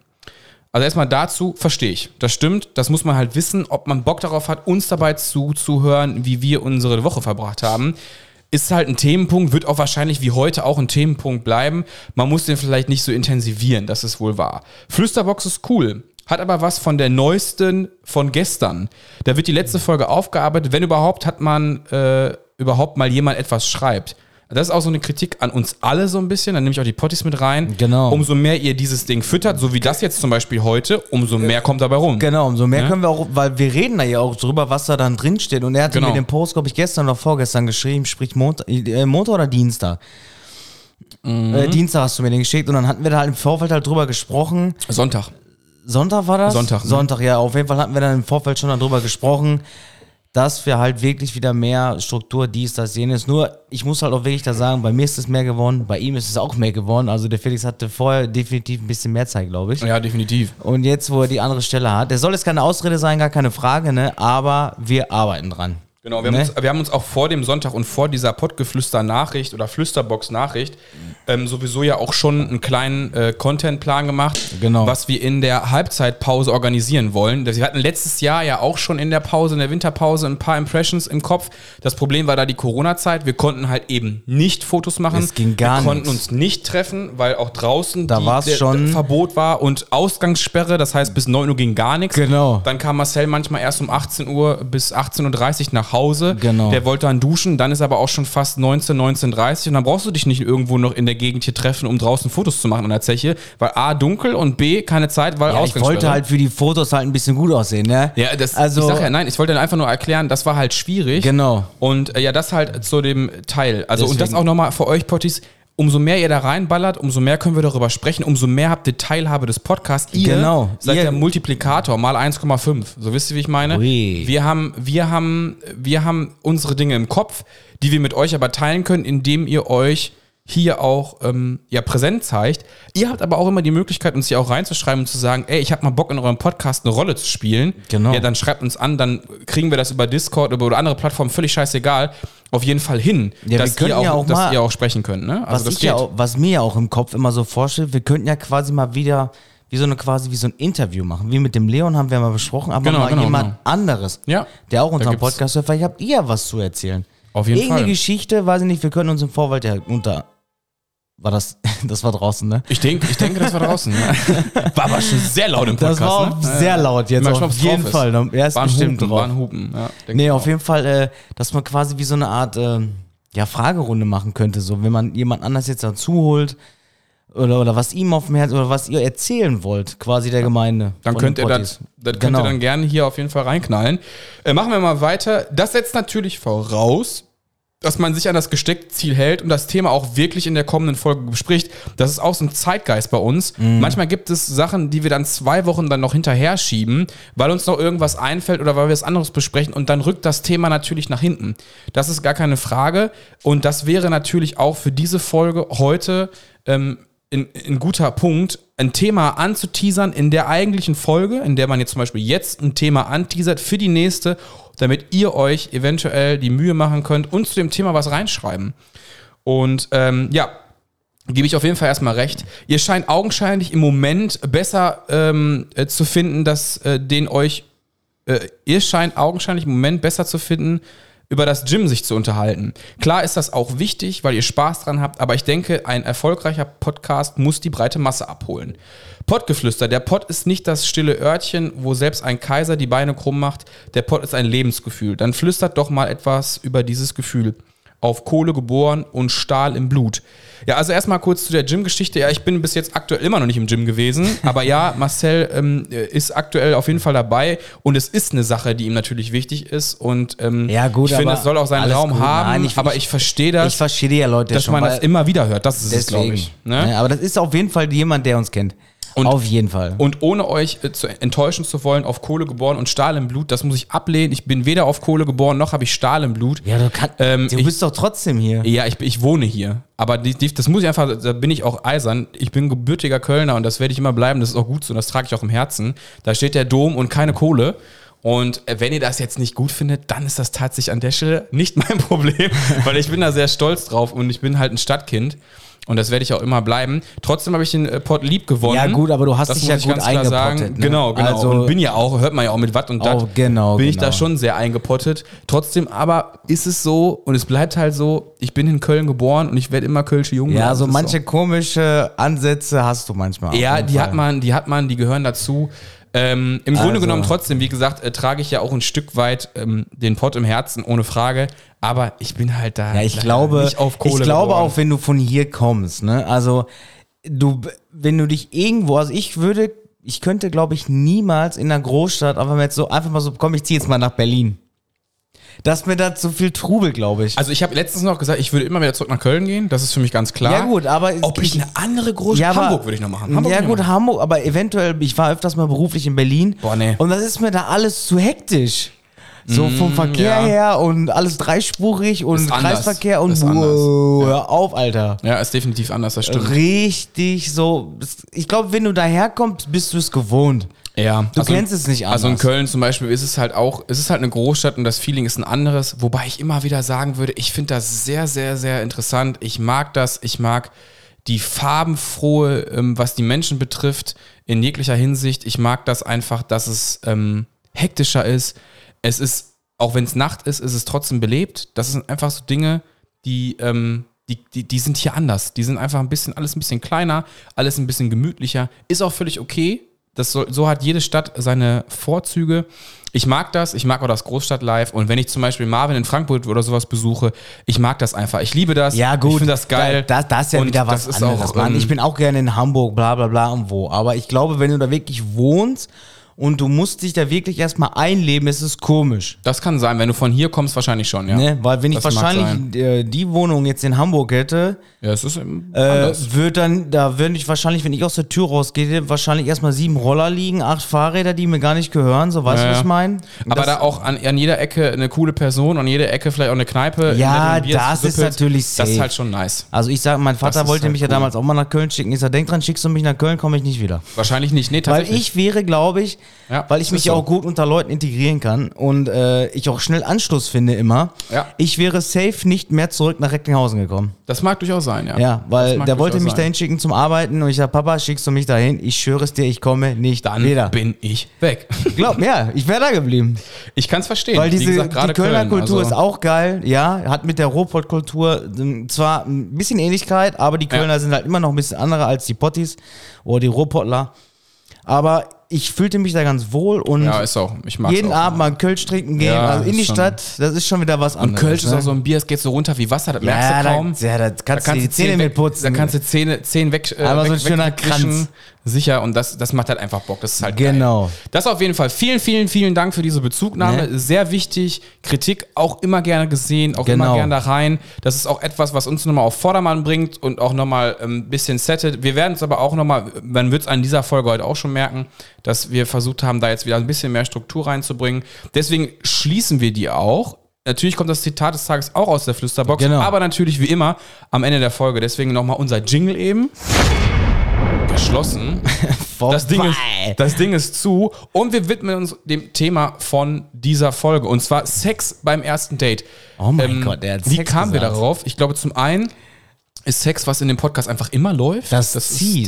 B: Also erstmal dazu, verstehe ich. Das stimmt, das muss man halt wissen, ob man Bock darauf hat, uns dabei zuzuhören, wie wir unsere Woche verbracht haben. Ist halt ein Themenpunkt, wird auch wahrscheinlich wie heute auch ein Themenpunkt bleiben. Man muss den vielleicht nicht so intensivieren, das ist wohl wahr. Flüsterbox ist cool, hat aber was von der neuesten von gestern. Da wird die letzte Folge aufgearbeitet, wenn überhaupt hat man äh, überhaupt mal jemand etwas schreibt. Das ist auch so eine Kritik an uns alle so ein bisschen, dann nehme ich auch die Potties mit rein.
C: Genau.
B: Um umso mehr ihr dieses Ding füttert, so wie das jetzt zum Beispiel heute, umso mehr kommt dabei rum.
C: Genau, umso mehr können wir auch, weil wir reden da ja auch drüber, was da dann drin steht. Und er hatte
B: Genau.
C: mir den Post, glaube ich, gestern oder vorgestern geschrieben, sprich Montag, äh, Montag oder Dienstag.
B: Mhm.
C: Äh, Dienstag hast du mir den geschickt und dann hatten wir da halt im Vorfeld halt drüber gesprochen.
B: Sonntag.
C: Sonntag war das?
B: Sonntag, ne?
C: Sonntag, ja. Auf jeden Fall hatten wir dann im Vorfeld schon darüber gesprochen, dass wir halt wirklich wieder mehr Struktur, dies, das, jenes. Nur, ich muss halt auch wirklich da sagen, bei mir ist es mehr geworden, bei ihm ist es auch mehr geworden. Also der Felix hatte vorher definitiv ein bisschen mehr Zeit, glaube ich.
B: Ja, definitiv.
C: Und jetzt, wo er die andere Stelle hat, der soll jetzt keine Ausrede sein, gar keine Frage, ne? Aber wir arbeiten dran.
B: Genau, wir,
C: Ne?
B: haben uns, wir haben uns auch vor dem Sonntag und vor dieser Pottgeflüster-Nachricht oder Flüsterbox-Nachricht ähm, sowieso ja auch schon einen kleinen äh, Contentplan gemacht,
C: Genau.
B: was wir in der Halbzeitpause organisieren wollen. Das- Wir hatten letztes Jahr ja auch schon in der Pause, in der Winterpause, ein paar Impressions im Kopf. Das Problem war da die Corona-Zeit. Wir konnten halt eben nicht Fotos machen.
C: Es ging gar
B: Wir konnten
C: nichts.
B: uns nicht treffen, weil auch draußen
C: Da war's
B: der-
C: schon-
B: der Verbot war und Ausgangssperre. Das heißt, bis 9 Uhr ging gar nichts.
C: Genau.
B: Dann kam Marcel manchmal erst um 18 Uhr bis 18.30 Uhr nach Hause.
C: Genau.
B: Der wollte dann duschen, dann ist aber auch schon fast 19, 19.30 Uhr und dann brauchst du dich nicht irgendwo noch in der Gegend hier treffen, um draußen Fotos zu machen an der Zeche, weil A, dunkel und B, keine Zeit, weil
C: Ja, ich
B: Ausgangssperre.
C: wollte halt für die Fotos halt ein bisschen gut aussehen, ne?
B: Ja, das,
C: also,
B: ich sag ja, nein, ich wollte einfach nur erklären, das war halt schwierig.
C: Genau.
B: Und äh, ja, das halt zu dem Teil. Also, und das
C: Deswegen.
B: auch nochmal für euch, Potties. Umso mehr ihr da reinballert, umso mehr können wir darüber sprechen, umso mehr habt ihr Teilhabe des Podcasts. Ihr
C: Genau.
B: seid
C: Ihr-
B: der Multiplikator mal 1,5. So wisst ihr, wie ich meine?
C: Ui.
B: Wir haben, wir haben, wir haben unsere Dinge im Kopf, die wir mit euch aber teilen können, indem ihr euch hier auch ähm, ja, präsent zeigt. Ihr habt aber auch immer die Möglichkeit, uns hier auch reinzuschreiben und zu sagen, ey, ich habe mal Bock, in eurem Podcast eine Rolle zu spielen.
C: Genau.
B: Ja, dann schreibt uns an, dann kriegen wir das über Discord über, oder andere Plattformen, völlig scheißegal, auf jeden Fall hin,
C: Ja, wir
B: dass,
C: können
B: ihr auch,
C: ja auch
B: dass
C: mal-
B: ihr auch sprechen könnt. Ne?
C: was, ich ja auch, was mir ja auch im Kopf immer so vorstellt, wir könnten ja quasi mal wieder wie so eine quasi wie so ein Interview machen. Wie mit dem Leon haben wir mal besprochen, aber
B: Genau,
C: mal
B: genau,
C: jemand
B: genau.
C: anderes,
B: Ja.
C: der auch unseren
B: gibt's-
C: Podcast hört. Vielleicht habt ihr ja was zu erzählen.
B: Auf jeden
C: Irgendeine
B: Fall.
C: Geschichte, weiß ich nicht, wir können uns im Vorwald ja unter. War das, das war draußen, ne?
B: ich, denk, ich denke, das war draußen. Ne? War aber schon sehr laut im
C: Das
B: Podcast.
C: war auch
B: ne? Ja,
C: sehr
B: ja.
C: laut jetzt.
B: Mal
C: Auf
B: schauen, ob's
C: jeden
B: drauf ist.
C: Fall. Er ist
B: Waren
C: bestimmt
B: Hupen,
C: drauf.
B: waren Hupen. Ja, denk
C: Nee,
B: ich
C: auf
B: auch.
C: jeden Fall, äh, dass man quasi wie so eine Art ähm, ja, Fragerunde machen könnte. So, wenn man jemand anders jetzt dazu holt oder, oder was ihm auf dem Herzen oder was ihr erzählen wollt, quasi der Gemeinde.
B: Dann
C: von
B: könnt
C: den
B: ihr
C: Potties. Genau.
B: das, das könnt ihr dann gerne hier auf jeden Fall reinknallen. Äh, machen wir mal weiter. Das setzt natürlich voraus, dass man sich an das gesteckte Ziel hält und das Thema auch wirklich in der kommenden Folge bespricht. Das ist auch so ein Zeitgeist bei uns.
C: Mhm.
B: Manchmal gibt es Sachen, die wir dann zwei Wochen dann noch hinterher schieben, weil uns noch irgendwas einfällt oder weil wir was anderes besprechen und dann rückt das Thema natürlich nach hinten. Das ist gar keine Frage und das wäre natürlich auch für diese Folge heute ähm, ein, ein guter Punkt, ein Thema anzuteasern in der eigentlichen Folge, in der man jetzt zum Beispiel jetzt ein Thema anteasert für die nächste, damit ihr euch eventuell die Mühe machen könnt und zu dem Thema was reinschreiben. Und ähm, ja, gebe ich auf jeden Fall erstmal recht. Ihr scheint augenscheinlich im Moment besser ähm, äh, zu finden, dass äh, den euch, äh, ihr scheint augenscheinlich im Moment besser zu finden, über das Gym sich zu unterhalten. Klar ist das auch wichtig, weil ihr Spaß dran habt, aber ich denke, ein erfolgreicher Podcast muss die breite Masse abholen. Pottgeflüster, der Pott ist nicht das stille Örtchen, wo selbst ein Kaiser die Beine krumm macht, der Pott ist ein Lebensgefühl. Dann flüstert doch mal etwas über dieses Gefühl auf Kohle geboren und Stahl im Blut. Ja, also erstmal kurz zu der Gym-Geschichte. Ja, ich bin bis jetzt aktuell immer noch nicht im Gym gewesen, aber ja, Marcel ähm, ist aktuell auf jeden Fall dabei und es ist eine Sache, die ihm natürlich wichtig ist und ähm,
C: Ja, gut,
B: ich finde,
C: aber
B: es soll auch seinen
C: alles
B: Raum
C: gut.
B: haben,
C: Nein, ich-
B: aber
C: ich-
B: ich verstehe
C: Ich
B: das,
C: verstehe die ja Leute
B: dass
C: schon.
B: man
C: weil
B: das immer wieder hört. Das ist es, glaube ich. Ne?
C: Ne? Aber das ist auf jeden Fall jemand, der uns kennt.
B: Und-
C: auf jeden Fall.
B: Und ohne euch äh, zu enttäuschen zu wollen, auf Kohle geboren und Stahl im Blut, das muss ich ablehnen. Ich bin weder auf Kohle geboren, noch habe ich Stahl im Blut.
C: ja, du, kann,
B: Ähm,
C: du
B: ich-
C: bist doch trotzdem hier.
B: Ja, ich, ich wohne hier. Aber die, die, das muss ich einfach, da bin ich auch eisern. Ich bin gebürtiger Kölner und das werde ich immer bleiben. Das ist auch gut so und das trage ich auch im Herzen. Da steht der Dom und keine Kohle. Und äh, wenn ihr das jetzt nicht gut findet, dann ist das tatsächlich an der Stelle nicht mein Problem, weil ich bin da sehr stolz drauf und ich bin halt ein Stadtkind. Und das werde ich auch immer bleiben. Trotzdem habe ich den äh, Pott lieb gewonnen.
C: Ja, gut, aber du hast
B: Das
C: dich ja
B: muss ich
C: gut
B: ganz klar sagen.
C: eingepottet, ne?
B: Genau, genau.
C: Also-
B: und bin ja auch, hört man ja auch mit Watt und Dat,
C: Oh, genau,
B: bin ich da
C: genau.
B: schon sehr eingepottet. Trotzdem aber ist es so und es bleibt halt so, ich bin in Köln geboren und ich werde immer Kölsche Jungen.
C: Ja,
B: bleiben.
C: so
B: Das ist
C: manche komische Ansätze hast du manchmal. auf
B: Ja,
C: jeden
B: die
C: Fall.
B: hat man, die hat man, die gehören dazu. Ähm, Im Grunde
C: Also-
B: genommen trotzdem, wie gesagt, äh, trage ich ja auch ein Stück weit ähm, den Pott im Herzen, ohne Frage. Aber ich bin halt da
C: Ja, ich
B: leider
C: glaube,
B: nicht auf Kohle
C: ich glaube
B: geboren.
C: auch, wenn du von hier kommst, ne? Also du, wenn du dich irgendwo, also ich würde, ich könnte, glaube ich, niemals in einer Großstadt einfach mal jetzt so einfach mal so, komm, ich ziehe jetzt mal nach Berlin. dass mir da zu viel Trubel, glaube ich.
B: Also ich habe letztens noch gesagt, ich würde immer wieder zurück nach Köln gehen. Das ist für mich ganz klar.
C: Ja, gut, aber
B: Ob ich eine andere Großstadt...
C: Ja, aber-
B: Hamburg würde ich noch machen. Hamburg
C: ja
B: würde ich noch
C: gut,
B: machen.
C: Hamburg, aber eventuell, ich war öfters mal beruflich in Berlin.
B: Boah, nee. Mhm,
C: Und das ist mir da alles zu hektisch. So vom Verkehr
B: ja.
C: her und alles dreispurig und
B: Ist anders.
C: Kreisverkehr und
B: Ist anders.
C: Wow, hör auf, Alter.
B: Ja, ist definitiv anders, das stimmt.
C: Richtig so. Ich glaube, wenn du daherkommst, bist du es gewohnt.
B: Ja,
C: Du kennst es nicht
B: Also in
C: anders.
B: Köln zum Beispiel ist es halt auch, es ist halt eine Großstadt und das Feeling ist ein anderes, wobei ich immer wieder sagen würde, ich finde das sehr, sehr, sehr interessant. Ich mag das, ich mag die farbenfrohe, ähm, was die Menschen betrifft, in jeglicher Hinsicht. Ich mag das einfach, dass es ähm, hektischer ist. Es ist, auch wenn es Nacht ist, ist es trotzdem belebt. Das sind einfach so Dinge, die, ähm, die, die, die sind hier anders. Die sind einfach ein bisschen, alles ein bisschen kleiner, alles ein bisschen gemütlicher. Ist auch völlig okay. Das soll, so hat jede Stadt seine Vorzüge. Ich mag das, ich mag auch das Großstadt-Live. Und wenn ich zum Beispiel Marvin in Frankfurt oder sowas besuche, ich mag das einfach. Ich liebe das.
C: Ja, gut.
B: Ich finde das geil.
C: Das, das ist ja
B: Und
C: wieder was
B: das ist
C: anderes,
B: auch,
C: Mann.
B: ähm,
C: Ich bin auch gerne in Hamburg, bla bla bla und wo. Aber ich glaube, wenn du da wirklich wohnst und du musst dich da wirklich erstmal einleben, ist es komisch.
B: Das kann sein, wenn du von hier kommst, wahrscheinlich schon, ja.
C: Ne? Weil wenn ich
B: Das mag
C: wahrscheinlich äh, die Wohnung jetzt in Hamburg hätte,
B: Ja, es ist ähm,
C: äh,
B: anders.
C: würde dann, da würde ich wahrscheinlich, wenn ich aus der Tür rausgehe, wahrscheinlich erstmal sieben Roller liegen, acht Fahrräder, die mir gar nicht gehören, so
B: Ja,
C: weißt du, was
B: ja.
C: ich meine?
B: Aber da auch an, an jeder Ecke eine coole Person, an jeder Ecke vielleicht auch eine Kneipe. in der
C: Ja,
B: du ein Bier
C: das ist
B: sippelst.
C: natürlich
B: Das ist
C: safe.
B: halt schon nice.
C: Also ich sage, mein Vater
B: ist
C: wollte
B: halt
C: mich ja
B: cool.
C: damals auch mal nach Köln schicken. Ich sage, denk dran, schickst du mich nach Köln, komme ich nicht wieder.
B: Wahrscheinlich nicht. Nee,
C: Weil
B: tatsächlich.
C: ich wäre, glaube ich,
B: Ja,
C: weil ich
B: ist
C: mich
B: so.
C: ja auch gut unter Leuten integrieren kann und äh, ich auch schnell Anschluss finde immer,
B: Ja.
C: ich wäre safe nicht mehr zurück nach Recklinghausen gekommen.
B: Das mag durchaus sein, ja.
C: Ja,
B: Das
C: weil
B: mag
C: der wollte
B: durchaus
C: mich
B: sein.
C: dahin schicken zum Arbeiten und ich sage, Papa, schickst du mich dahin? Ich schwöre es dir, ich komme nicht
B: Dann
C: wieder.
B: bin ich weg.
C: Glaub mir, ja, ich wäre da geblieben.
B: Ich kann es verstehen.
C: Weil diese,
B: Wie gesagt,
C: die
B: gerade
C: Kölner
B: Köln,
C: Kultur
B: also-
C: ist auch geil, ja, hat mit der Ruhrpott-Kultur ähm, zwar ein bisschen Ähnlichkeit, aber die Kölner sind halt immer noch ein bisschen andere als die Potties oder die Ruhrpottler. Aber ich fühlte mich da ganz wohl und
B: Ja, ist auch. Ich mag
C: jeden
B: auch.
C: Abend mal einen Kölsch trinken gehen,
B: Ja,
C: also in
B: ist
C: die
B: schon-
C: Stadt, das ist schon wieder was
B: Und
C: anderes.
B: Kölsch ist
C: ne?
B: auch so ein Bier, es geht so runter wie Wasser, das merkst
C: ja,
B: du
C: da,
B: kaum.
C: ja, da kannst du die Zähne mit putzen.
B: Da kannst du Zähne, Zähne weg, äh,
C: Einmal
B: weg
C: so ein schöner
B: wegwischen.
C: Kranz.
B: Sicher, und das, das macht halt einfach Bock. Das ist halt
C: Genau.
B: Geil. Das auf jeden Fall. Vielen, vielen, vielen Dank für diese Bezugnahme.
C: Ne?
B: Sehr wichtig. Kritik auch immer gerne gesehen, auch
C: Genau.
B: immer gerne da rein. Das ist auch etwas, was uns nochmal auf Vordermann bringt und auch nochmal ein bisschen settet. Wir werden es aber auch nochmal, man wird es an dieser Folge heute auch schon merken, dass wir versucht haben, da jetzt wieder ein bisschen mehr Struktur reinzubringen. Deswegen schließen wir die auch. Natürlich kommt das Zitat des Tages auch aus der Flüsterbox,
C: Genau.
B: aber natürlich wie immer am Ende der Folge. Deswegen nochmal unser Jingle eben. Geschlossen. Das Ding, ist, das Ding ist zu und wir widmen uns dem Thema von dieser Folge und zwar Sex beim ersten Date.
C: Oh mein Gott, der hat
B: ähm, Wie
C: Sex
B: kamen wir
C: gesagt.
B: darauf? Ich glaube, zum einen ist Sex, was in dem Podcast einfach immer läuft.
C: Das zieht,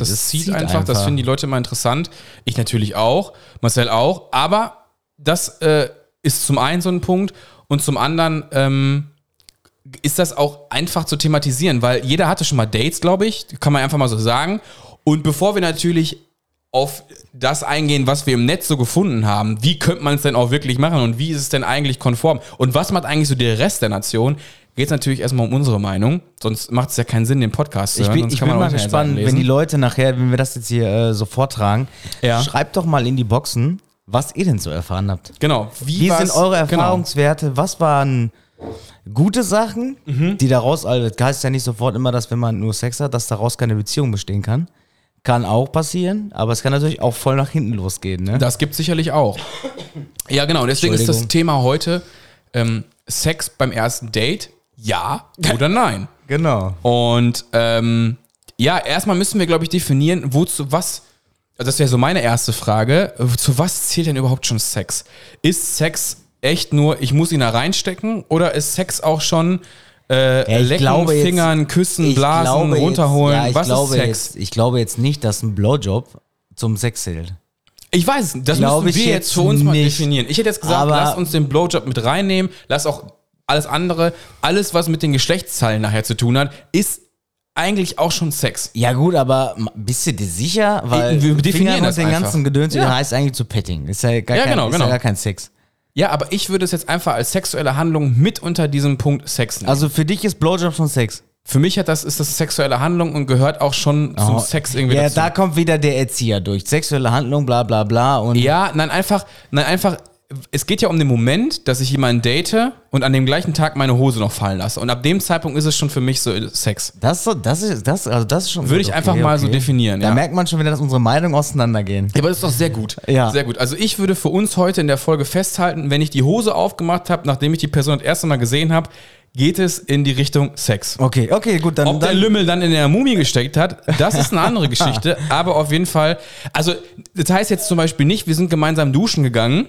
B: Ist, das,
C: das
B: zieht,
C: zieht
B: einfach. Das
C: einfach.
B: finden die Leute immer interessant. Ich natürlich auch, Marcel auch. Aber das äh, ist zum einen so ein Punkt und zum anderen ähm, ist das auch einfach zu thematisieren, weil jeder hatte schon mal Dates, glaube ich, kann man einfach mal so sagen. Und bevor wir natürlich auf das eingehen, was wir im Netz so gefunden haben, wie könnte man es denn auch wirklich machen und wie ist es denn eigentlich konform und was macht eigentlich so der Rest der Nation, geht es natürlich erstmal um unsere Meinung, sonst macht es ja keinen Sinn, den Podcast zu
C: Ich
B: hören.
C: bin,
B: sonst
C: ich
B: kann
C: bin
B: man
C: mal
B: auch nicht alle
C: gespannt,
B: Seiten
C: wenn die
B: lesen.
C: Leute nachher, wenn wir das jetzt hier äh, so vortragen,
B: Ja.
C: schreibt doch mal in die Boxen, was ihr denn so erfahren habt.
B: Genau.
C: Wie
B: war's-
C: sind eure
B: genau.
C: Erfahrungswerte? Was waren gute Sachen,
B: Mhm.
C: die daraus, also das heißt ja nicht sofort immer, dass wenn man nur Sex hat, dass daraus keine Beziehung bestehen kann. Kann auch passieren, aber es kann natürlich auch voll nach hinten losgehen, ne?
B: Das gibt sicherlich auch. Ja, genau. Deswegen ist das
C: Entschuldigung.
B: Thema heute ähm, Sex beim ersten Date, ja oder nein.
C: genau.
B: Und ähm, ja, erstmal müssen wir, glaube ich, definieren, wozu was. Also das wäre so meine erste Frage. äh, Zu was zählt denn überhaupt schon Sex? Ist Sex echt nur, ich muss ihn da reinstecken? Oder ist Sex auch schon äh,
C: Ja, ich
B: lecken,
C: glaube jetzt-
B: Fingern, küssen, blasen,
C: jetzt-
B: runterholen?
C: ja, ich
B: was
C: glaube
B: ist Sex?
C: Jetzt, ich glaube jetzt nicht, dass ein Blowjob zum Sex zählt.
B: Ich weiß, es nicht. das
C: Glaub
B: müssen wir
C: ich
B: jetzt,
C: jetzt
B: für uns mal
C: nicht.
B: definieren. Ich hätte jetzt gesagt,
C: Aber-
B: lass uns den Blowjob mit reinnehmen, lass auch alles andere, alles, was mit den Geschlechtszeilen nachher zu tun hat, ist eigentlich auch schon Sex.
C: Ja gut, aber m- bist du dir sicher? Weil
B: Wir definieren
C: Fingern und
B: das
C: den
B: einfach.
C: ganzen Gedöns
B: Ja.
C: ja. heißt eigentlich zu petting. Ist ja gar,
B: Ja,
C: kein,
B: genau,
C: ist
B: genau.
C: Ja gar kein Sex.
B: Ja, aber ich würde es jetzt einfach als sexuelle Handlung mit unter diesem Punkt Sex nehmen.
C: Also für dich ist Blowjob schon Sex.
B: Für mich hat das, ist das sexuelle Handlung und gehört auch schon zum
C: Oh.
B: Sex irgendwie
C: Ja,
B: dazu.
C: da kommt wieder der Erzieher durch. Sexuelle Handlung, bla bla bla. Und
B: ja, nein, einfach, nein, einfach, es geht ja um den Moment, dass ich jemanden date und an dem gleichen Tag meine Hose noch fallen lasse. Und ab dem Zeitpunkt ist es schon für mich so Sex.
C: Das, ist so, das, ist, das, also das ist schon.
B: Würde ich einfach mal so definieren,
C: Da
B: ja.
C: merkt man schon wieder, dass unsere Meinungen auseinandergehen.
B: Ja, aber das ist doch sehr gut.
C: Ja.
B: Sehr gut. Also ich würde für uns heute in der Folge festhalten, wenn ich die Hose aufgemacht habe, nachdem ich die Person das erste Mal gesehen habe, geht es in die Richtung Sex.
C: Okay, okay, gut, dann.
B: Ob der
C: dann
B: Lümmel dann in der Mumie gesteckt hat, das ist eine andere Geschichte. Aber auf jeden Fall, also das heißt jetzt zum Beispiel nicht, wir sind gemeinsam duschen gegangen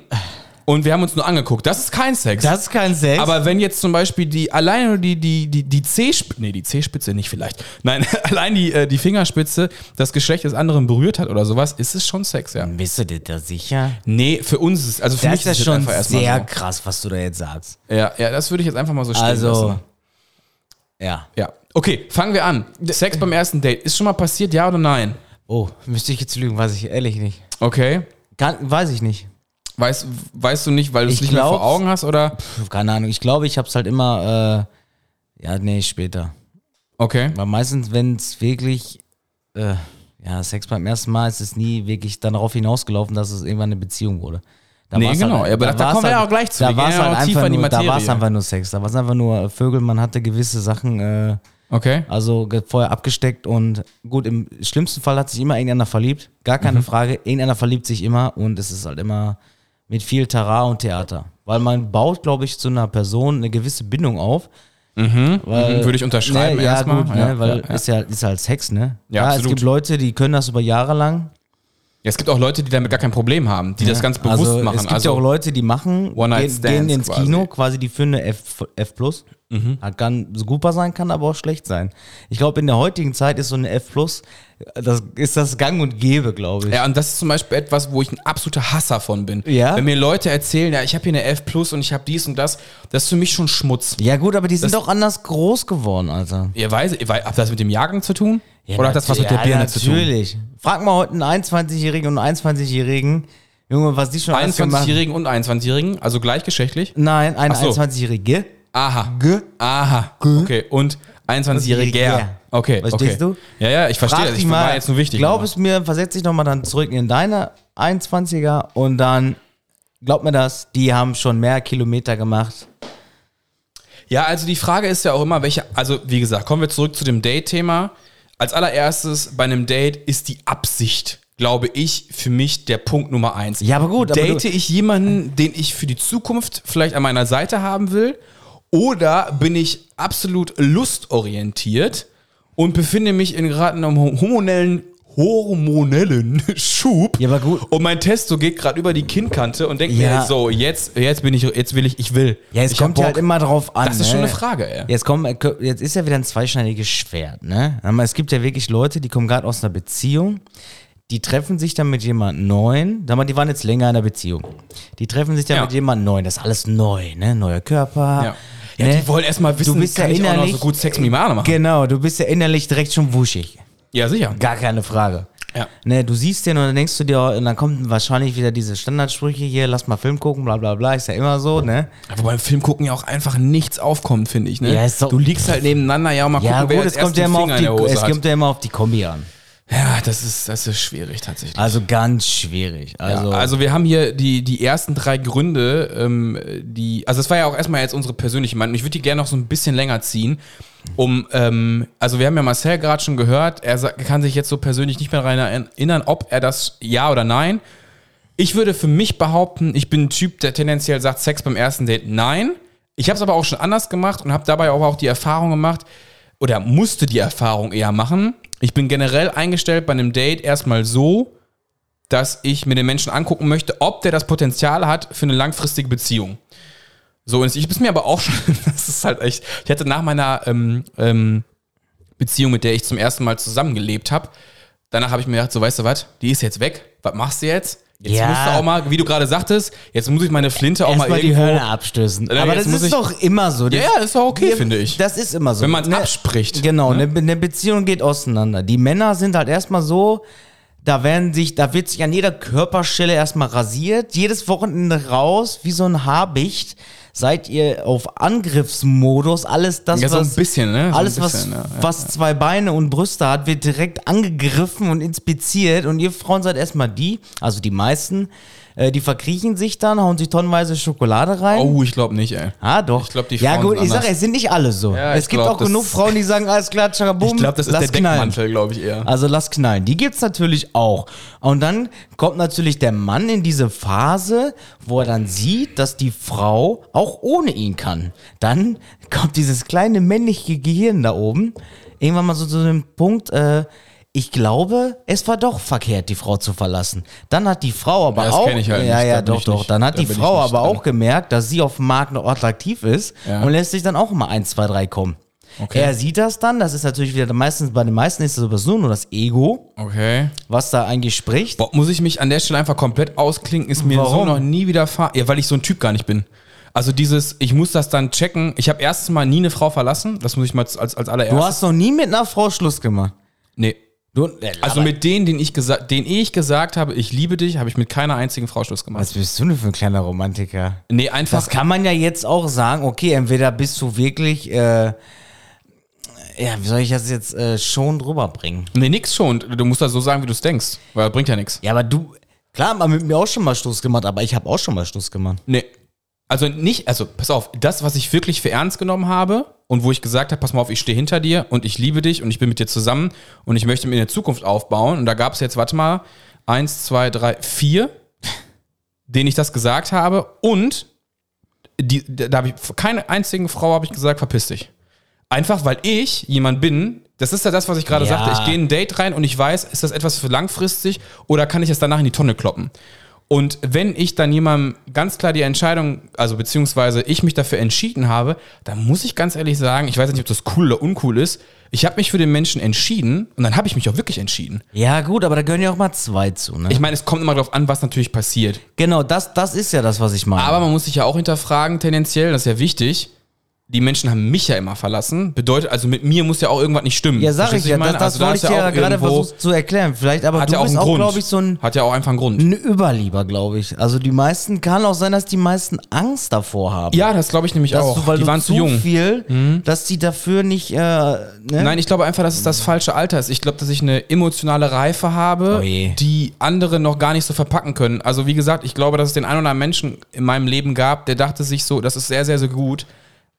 B: und wir haben uns nur angeguckt. Das ist kein Sex.
C: das ist kein Sex.
B: aber wenn jetzt zum Beispiel die alleine nur die die die die C-Spitze, nee die C-Spitze nicht vielleicht, nein allein die äh, die Fingerspitze das Geschlecht des anderen berührt hat oder sowas, ist es schon Sex, ja.
C: bist du dir da sicher?
B: Nee, für uns ist es, also für
C: Das
B: mich
C: ist ja
B: es jetzt
C: schon
B: einfach erstmal
C: sehr
B: so.
C: krass, was du da jetzt sagst.
B: Ja, ja, das würde ich jetzt einfach mal so stehen
C: Also.
B: lassen.
C: Ja.
B: Ja. Okay, fangen wir an. Sex beim ersten Date. Ist schon mal passiert, ja oder nein?
C: Oh, müsste ich jetzt lügen, weiß ich ehrlich nicht.
B: Okay.
C: Kann, weiß ich nicht.
B: Weißt, weißt du nicht, weil du es
C: Ich
B: nicht mehr vor
C: glaub's.
B: Augen hast oder?
C: Puh, Keine Ahnung, ich glaube, ich hab's halt immer. Äh, ja, nee, später.
B: Okay.
C: Weil meistens, wenn es wirklich. Äh, ja, Sex beim ersten Mal ist es nie wirklich dann darauf hinausgelaufen, dass es irgendwann eine Beziehung wurde. Da
B: Nee,
C: war's halt-
B: genau, ja, aber da- da
C: war's
B: kommen wir ja auch gleich zu. Wir
C: Da
B: gehen
C: war es
B: ja
C: halt
B: noch tiefer
C: einfach,
B: in die
C: nur- da
B: Materie.
C: war's einfach nur Sex. Da war es einfach nur äh, Vögel, man hatte gewisse Sachen. Äh,
B: Okay.
C: Also ge- vorher abgesteckt und gut, im schlimmsten Fall hat sich immer irgendeiner verliebt. Gar
B: Mhm.
C: keine Frage, irgendeiner verliebt sich immer und es ist halt immer mit viel Tara und Theater. Weil man baut, glaube ich, zu einer Person eine gewisse Bindung auf. Weil-
B: Mhm, würde ich unterschreiben
C: ne, ja,
B: erstmal.
C: Gut,
B: Ja,
C: ne, weil
B: ja, ja.
C: Ist, ja, ist halt Sex, ne?
B: Ja,
C: Klar, es
B: absolut.
C: gibt Leute, die können das über Jahre lang.
B: Ja, es gibt auch Leute, die damit gar kein Problem haben, die das ganz bewusst
C: also,
B: machen.
C: Es gibt ja auch Leute, die machen, gehen,
B: One-Night-Stands
C: gehen ins
B: quasi. Mhm.
C: Kino, quasi die für eine F, F Plus. Hat kann super sein, kann aber auch schlecht sein. Ich glaube, in der heutigen Zeit ist so eine F Plus, das ist das Gang und Gäbe, glaube ich.
B: Ja, und das ist zum Beispiel etwas, wo ich ein absoluter Hasser von bin.
C: Ja?
B: Wenn mir Leute erzählen, ja, ich habe hier eine F Plus und ich habe dies und das, das ist für mich schon Schmutz.
C: Ja gut, aber die sind doch anders groß geworden, Alter.
B: Ihr weiß, ihr wei- hat das mit dem Jahrgang zu tun? Oder hat das was mit der
C: Ja,
B: Birne zu tun?
C: natürlich. Frag mal heute einen 21-Jährigen und einen 21-Jährigen, Junge, was die schon alles gemacht-
B: 21-Jährigen und 21-Jährigen, also gleichgeschlechtlich?
C: Nein, eine
B: Ach so.
C: 21-Jährige.
B: Aha.
C: Ge-
B: Aha. Okay, und 21-Jähriger. Okay, okay.
C: Verstehst du?
B: Ja, ja, ich verstehe
C: Frag
B: das.
C: dich
B: Ich
C: mal,
B: war jetzt nur wichtig.
C: glaub es mir, versetz dich nochmal dann zurück in deine 21er und dann, glaub mir das, die haben schon mehr Kilometer gemacht.
B: Ja, also die Frage ist ja auch immer, welche, also wie gesagt, kommen wir zurück zu dem Date-Thema. Als allererstes bei einem Date ist die Absicht, glaube ich, für mich der Punkt Nummer eins.
C: Ja, aber gut, aber
B: Date
C: du-
B: ich jemanden, den ich für die Zukunft vielleicht an meiner Seite haben will? Oder bin ich absolut lustorientiert und befinde mich in gerade einem hormonellen hormonellen Schub
C: Ja, aber gut.
B: und mein Testo geht gerade über die Kinnkante und denkt
C: Ja.
B: mir so jetzt jetzt bin ich jetzt will ich ich will
C: Ja, es
B: ich hab
C: kommt ja halt
B: Bock.
C: immer drauf an.
B: Das ist schon
C: ne?
B: eine Frage, ey.
C: Jetzt, kommen, äh, jetzt ist ja wieder ein zweischneidiges Schwert, ne? Aber es gibt ja wirklich Leute, die kommen gerade aus einer Beziehung, die treffen sich dann mit jemand Neuen, sag mal, die waren jetzt länger in einer Beziehung. Die treffen sich dann
B: Ja.
C: mit jemand Neuen, das ist alles neu, ne? Neuer Körper.
B: Ja. Ja,
C: ne?
B: die wollen erstmal wissen,
C: du bist
B: kann
C: ja
B: ich auch noch so
C: innerlich-
B: gut Sex mit dem Arne machen?
C: Genau, du bist ja innerlich direkt schon wuschig.
B: Ja, sicher.
C: Gar keine Frage.
B: Ja.
C: Ne, du siehst den und dann denkst du dir, und dann kommen wahrscheinlich wieder diese Standardsprüche hier, lass mal Film gucken, bla bla bla, ist ja immer so, ne?
B: Wobei im Film gucken ja auch einfach nichts aufkommt, finde ich. Ne?
C: Ja, ist so-
B: du liegst halt nebeneinander, ja, und mal
C: Ja
B: gucken, wer
C: gut,
B: als
C: es kommt
B: ersten
C: ja, immer auf
B: Finger in
C: die,
B: der Hose
C: es
B: hat.
C: kommt ja immer auf die Kombi an.
B: Ja, das ist, das ist schwierig tatsächlich.
C: Also ganz schwierig. Also,
B: Also, ja, also wir haben hier die, die ersten drei Gründe, ähm, die, also das war ja auch erstmal jetzt unsere persönliche Meinung. Ich würde die gerne noch so ein bisschen länger ziehen, um, ähm, also wir haben ja Marcel gerade schon gehört, er sa- kann sich jetzt so persönlich nicht mehr daran erinnern, ob er das ja oder nein. Ich würde für mich behaupten, ich bin ein Typ, der tendenziell sagt, Sex beim ersten Date nein. Ich habe es aber auch schon anders gemacht und habe dabei aber auch die Erfahrung gemacht, oder musste die Erfahrung eher machen. Ich bin generell eingestellt bei einem Date erstmal so, dass ich mir den Menschen angucken möchte, ob der das Potenzial hat für eine langfristige Beziehung. So, und ich bin mir aber auch schon, das ist halt echt, ich hatte nach meiner ähm, ähm, Beziehung, mit der ich zum ersten Mal zusammengelebt habe, danach habe ich mir gedacht, so weißt du was, die ist jetzt weg, was machst du jetzt? Jetzt
C: Ja.
B: musst du auch mal, wie du gerade sagtest, jetzt muss ich meine Flinte auch mal
C: erstmal die
B: irgendwo,
C: Hörner abstößen.
B: Ja,
C: Aber
B: jetzt
C: das
B: muss
C: ist
B: ich-
C: doch immer so.
B: Ja, ja, das ist doch okay,
C: Wir-
B: finde ich.
C: Das ist immer so.
B: wenn man es
C: Ne-
B: abspricht.
C: Genau, eine Be- eine Beziehung geht auseinander. Die Männer sind halt erstmal so, da werden sich, da wird sich an jeder Körperstelle erstmal rasiert, jedes Wochenende raus, wie so ein Habicht. Seid ihr auf Angriffsmodus, alles das,
B: Ja, so ein
C: was,
B: bisschen, ne? So ein
C: alles,
B: bisschen,
C: was,
B: ja, ja,
C: was zwei Beine und Brüste hat, wird direkt angegriffen und inspiziert und ihr Frauen seid erstmal die, also die meisten, Äh, die verkriechen sich dann, hauen sich tonnenweise Schokolade rein.
B: Oh, ich glaube nicht, ey.
C: Ah, doch.
B: Ich glaub, die
C: ja,
B: Frauen
C: gut,
B: sind
C: ich sage,
B: anders.
C: es sind nicht alle so.
B: Ja,
C: es
B: ich
C: gibt
B: glaub,
C: auch genug
B: das-
C: Frauen, die sagen, alles klar, tschakabum,
B: Ich glaube, das ist
C: lass
B: der
C: knallen.
B: Deckmantel, glaube ich eher.
C: Also lass knallen. Die gibt's natürlich auch. Und dann kommt natürlich der Mann in diese Phase, wo er dann sieht, dass die Frau auch ohne ihn kann. Dann kommt dieses kleine männliche Gehirn da oben irgendwann mal so zu dem Punkt, äh, ich glaube, es war doch verkehrt, die Frau zu verlassen. Dann hat die Frau aber
B: Ja, das
C: auch,
B: kenn ich halt
C: ja,
B: nicht. Da
C: ja,
B: bin
C: doch,
B: ich
C: doch.
B: nicht-
C: Dann hat
B: da
C: die
B: bin ich
C: Frau
B: nicht
C: aber
B: drin.
C: auch gemerkt, dass sie auf dem Markt noch attraktiv ist
B: Ja.
C: und lässt sich dann auch immer 1, 2, 3 kommen.
B: Okay.
C: Er sieht das dann, das ist natürlich wieder meistens, bei den meisten ist das aber so nur das Ego,
B: Okay.
C: was da eigentlich spricht.
B: Boah, muss ich mich an der Stelle einfach komplett ausklinken, ist mir so
C: Warum?
B: noch nie wieder fahr. Ja, weil ich so ein Typ gar nicht bin. Also dieses, ich muss das dann checken. Ich habe erstens mal nie eine Frau verlassen. Das muss ich mal als, als
C: Du
B: allererstes.
C: hast noch nie mit einer Frau Schluss gemacht.
B: nee.
C: Du,
B: Also mit denen, denen ich, gesa denen ich gesagt habe, ich liebe dich, habe ich mit keiner einzigen Frau Schluss gemacht.
C: Was bist du denn für ein kleiner Romantiker?
B: Nee, einfach.
C: Das kann man ja jetzt auch sagen, okay, entweder bist du wirklich, äh, ja, wie soll ich das jetzt äh, schon rüberbringen?
B: nee, nix schon. Du musst das so sagen, wie du es denkst. Weil das bringt ja nichts.
C: Ja, aber du, klar, hat man mit mir auch schon mal Schluss gemacht, aber ich habe auch schon mal Schluss gemacht.
B: Nee. Also nicht, also pass auf, das, was ich wirklich für ernst genommen habe und wo ich gesagt habe, pass mal auf, ich stehe hinter dir und ich liebe dich und ich bin mit dir zusammen und ich möchte mir eine Zukunft aufbauen. Und da gab es jetzt, warte mal, eins, zwei, drei, vier, denen ich das gesagt habe und die, da habe ich keine einzigen Frau habe ich gesagt, verpiss dich. Einfach weil ich jemand bin, das ist ja das, was ich gerade
C: Ja.
B: sagte. Ich gehe in ein Date rein und ich weiß, ist das etwas für langfristig oder kann ich es danach in die Tonne kloppen? Und wenn ich dann jemandem ganz klar die Entscheidung, also beziehungsweise ich mich dafür entschieden habe, dann muss ich ganz ehrlich sagen, ich weiß nicht, ob das cool oder uncool ist, ich habe mich für den Menschen entschieden und dann habe ich mich auch wirklich entschieden.
C: Ja, gut, aber da gehören ja auch mal zwei zu, ne?
B: Ich meine, es kommt immer darauf an, was natürlich passiert.
C: genau, das, das ist ja das, was ich meine.
B: Aber man muss sich ja auch hinterfragen, tendenziell, das ist ja wichtig. Die Menschen haben mich ja immer verlassen. Bedeutet, also mit mir muss ja auch irgendwas nicht stimmen.
C: Ja, sag
B: Verstehst
C: ich
B: du,
C: ja.
B: was Also
C: Das, das
B: da
C: wollte ich
B: ist
C: dir ja gerade
B: irgendwo-
C: versucht zu erklären. Vielleicht, aber
B: Hat
C: du
B: ja auch
C: bist
B: einen
C: auch,
B: Grund.
C: glaube ich, so ein,
B: Hat ja auch einfach einen Grund.
C: ein Überlieber, glaube ich. Also die meisten, kann auch sein, dass die meisten Angst davor haben.
B: Ja, das glaube ich nämlich
C: dass
B: auch.
C: du, weil
B: die
C: du
B: waren zu
C: zu
B: jung. Mhm.
C: viel, dass die dafür nicht, äh, ne?
B: Nein, ich glaube einfach, dass es das falsche Alter ist. Ich glaube, dass ich eine emotionale Reife habe,
C: Oh je.
B: die andere noch gar nicht so verpacken können. Also wie gesagt, ich glaube, dass es den einen oder anderen Menschen in meinem Leben gab, der dachte sich so, das ist sehr, sehr, sehr gut.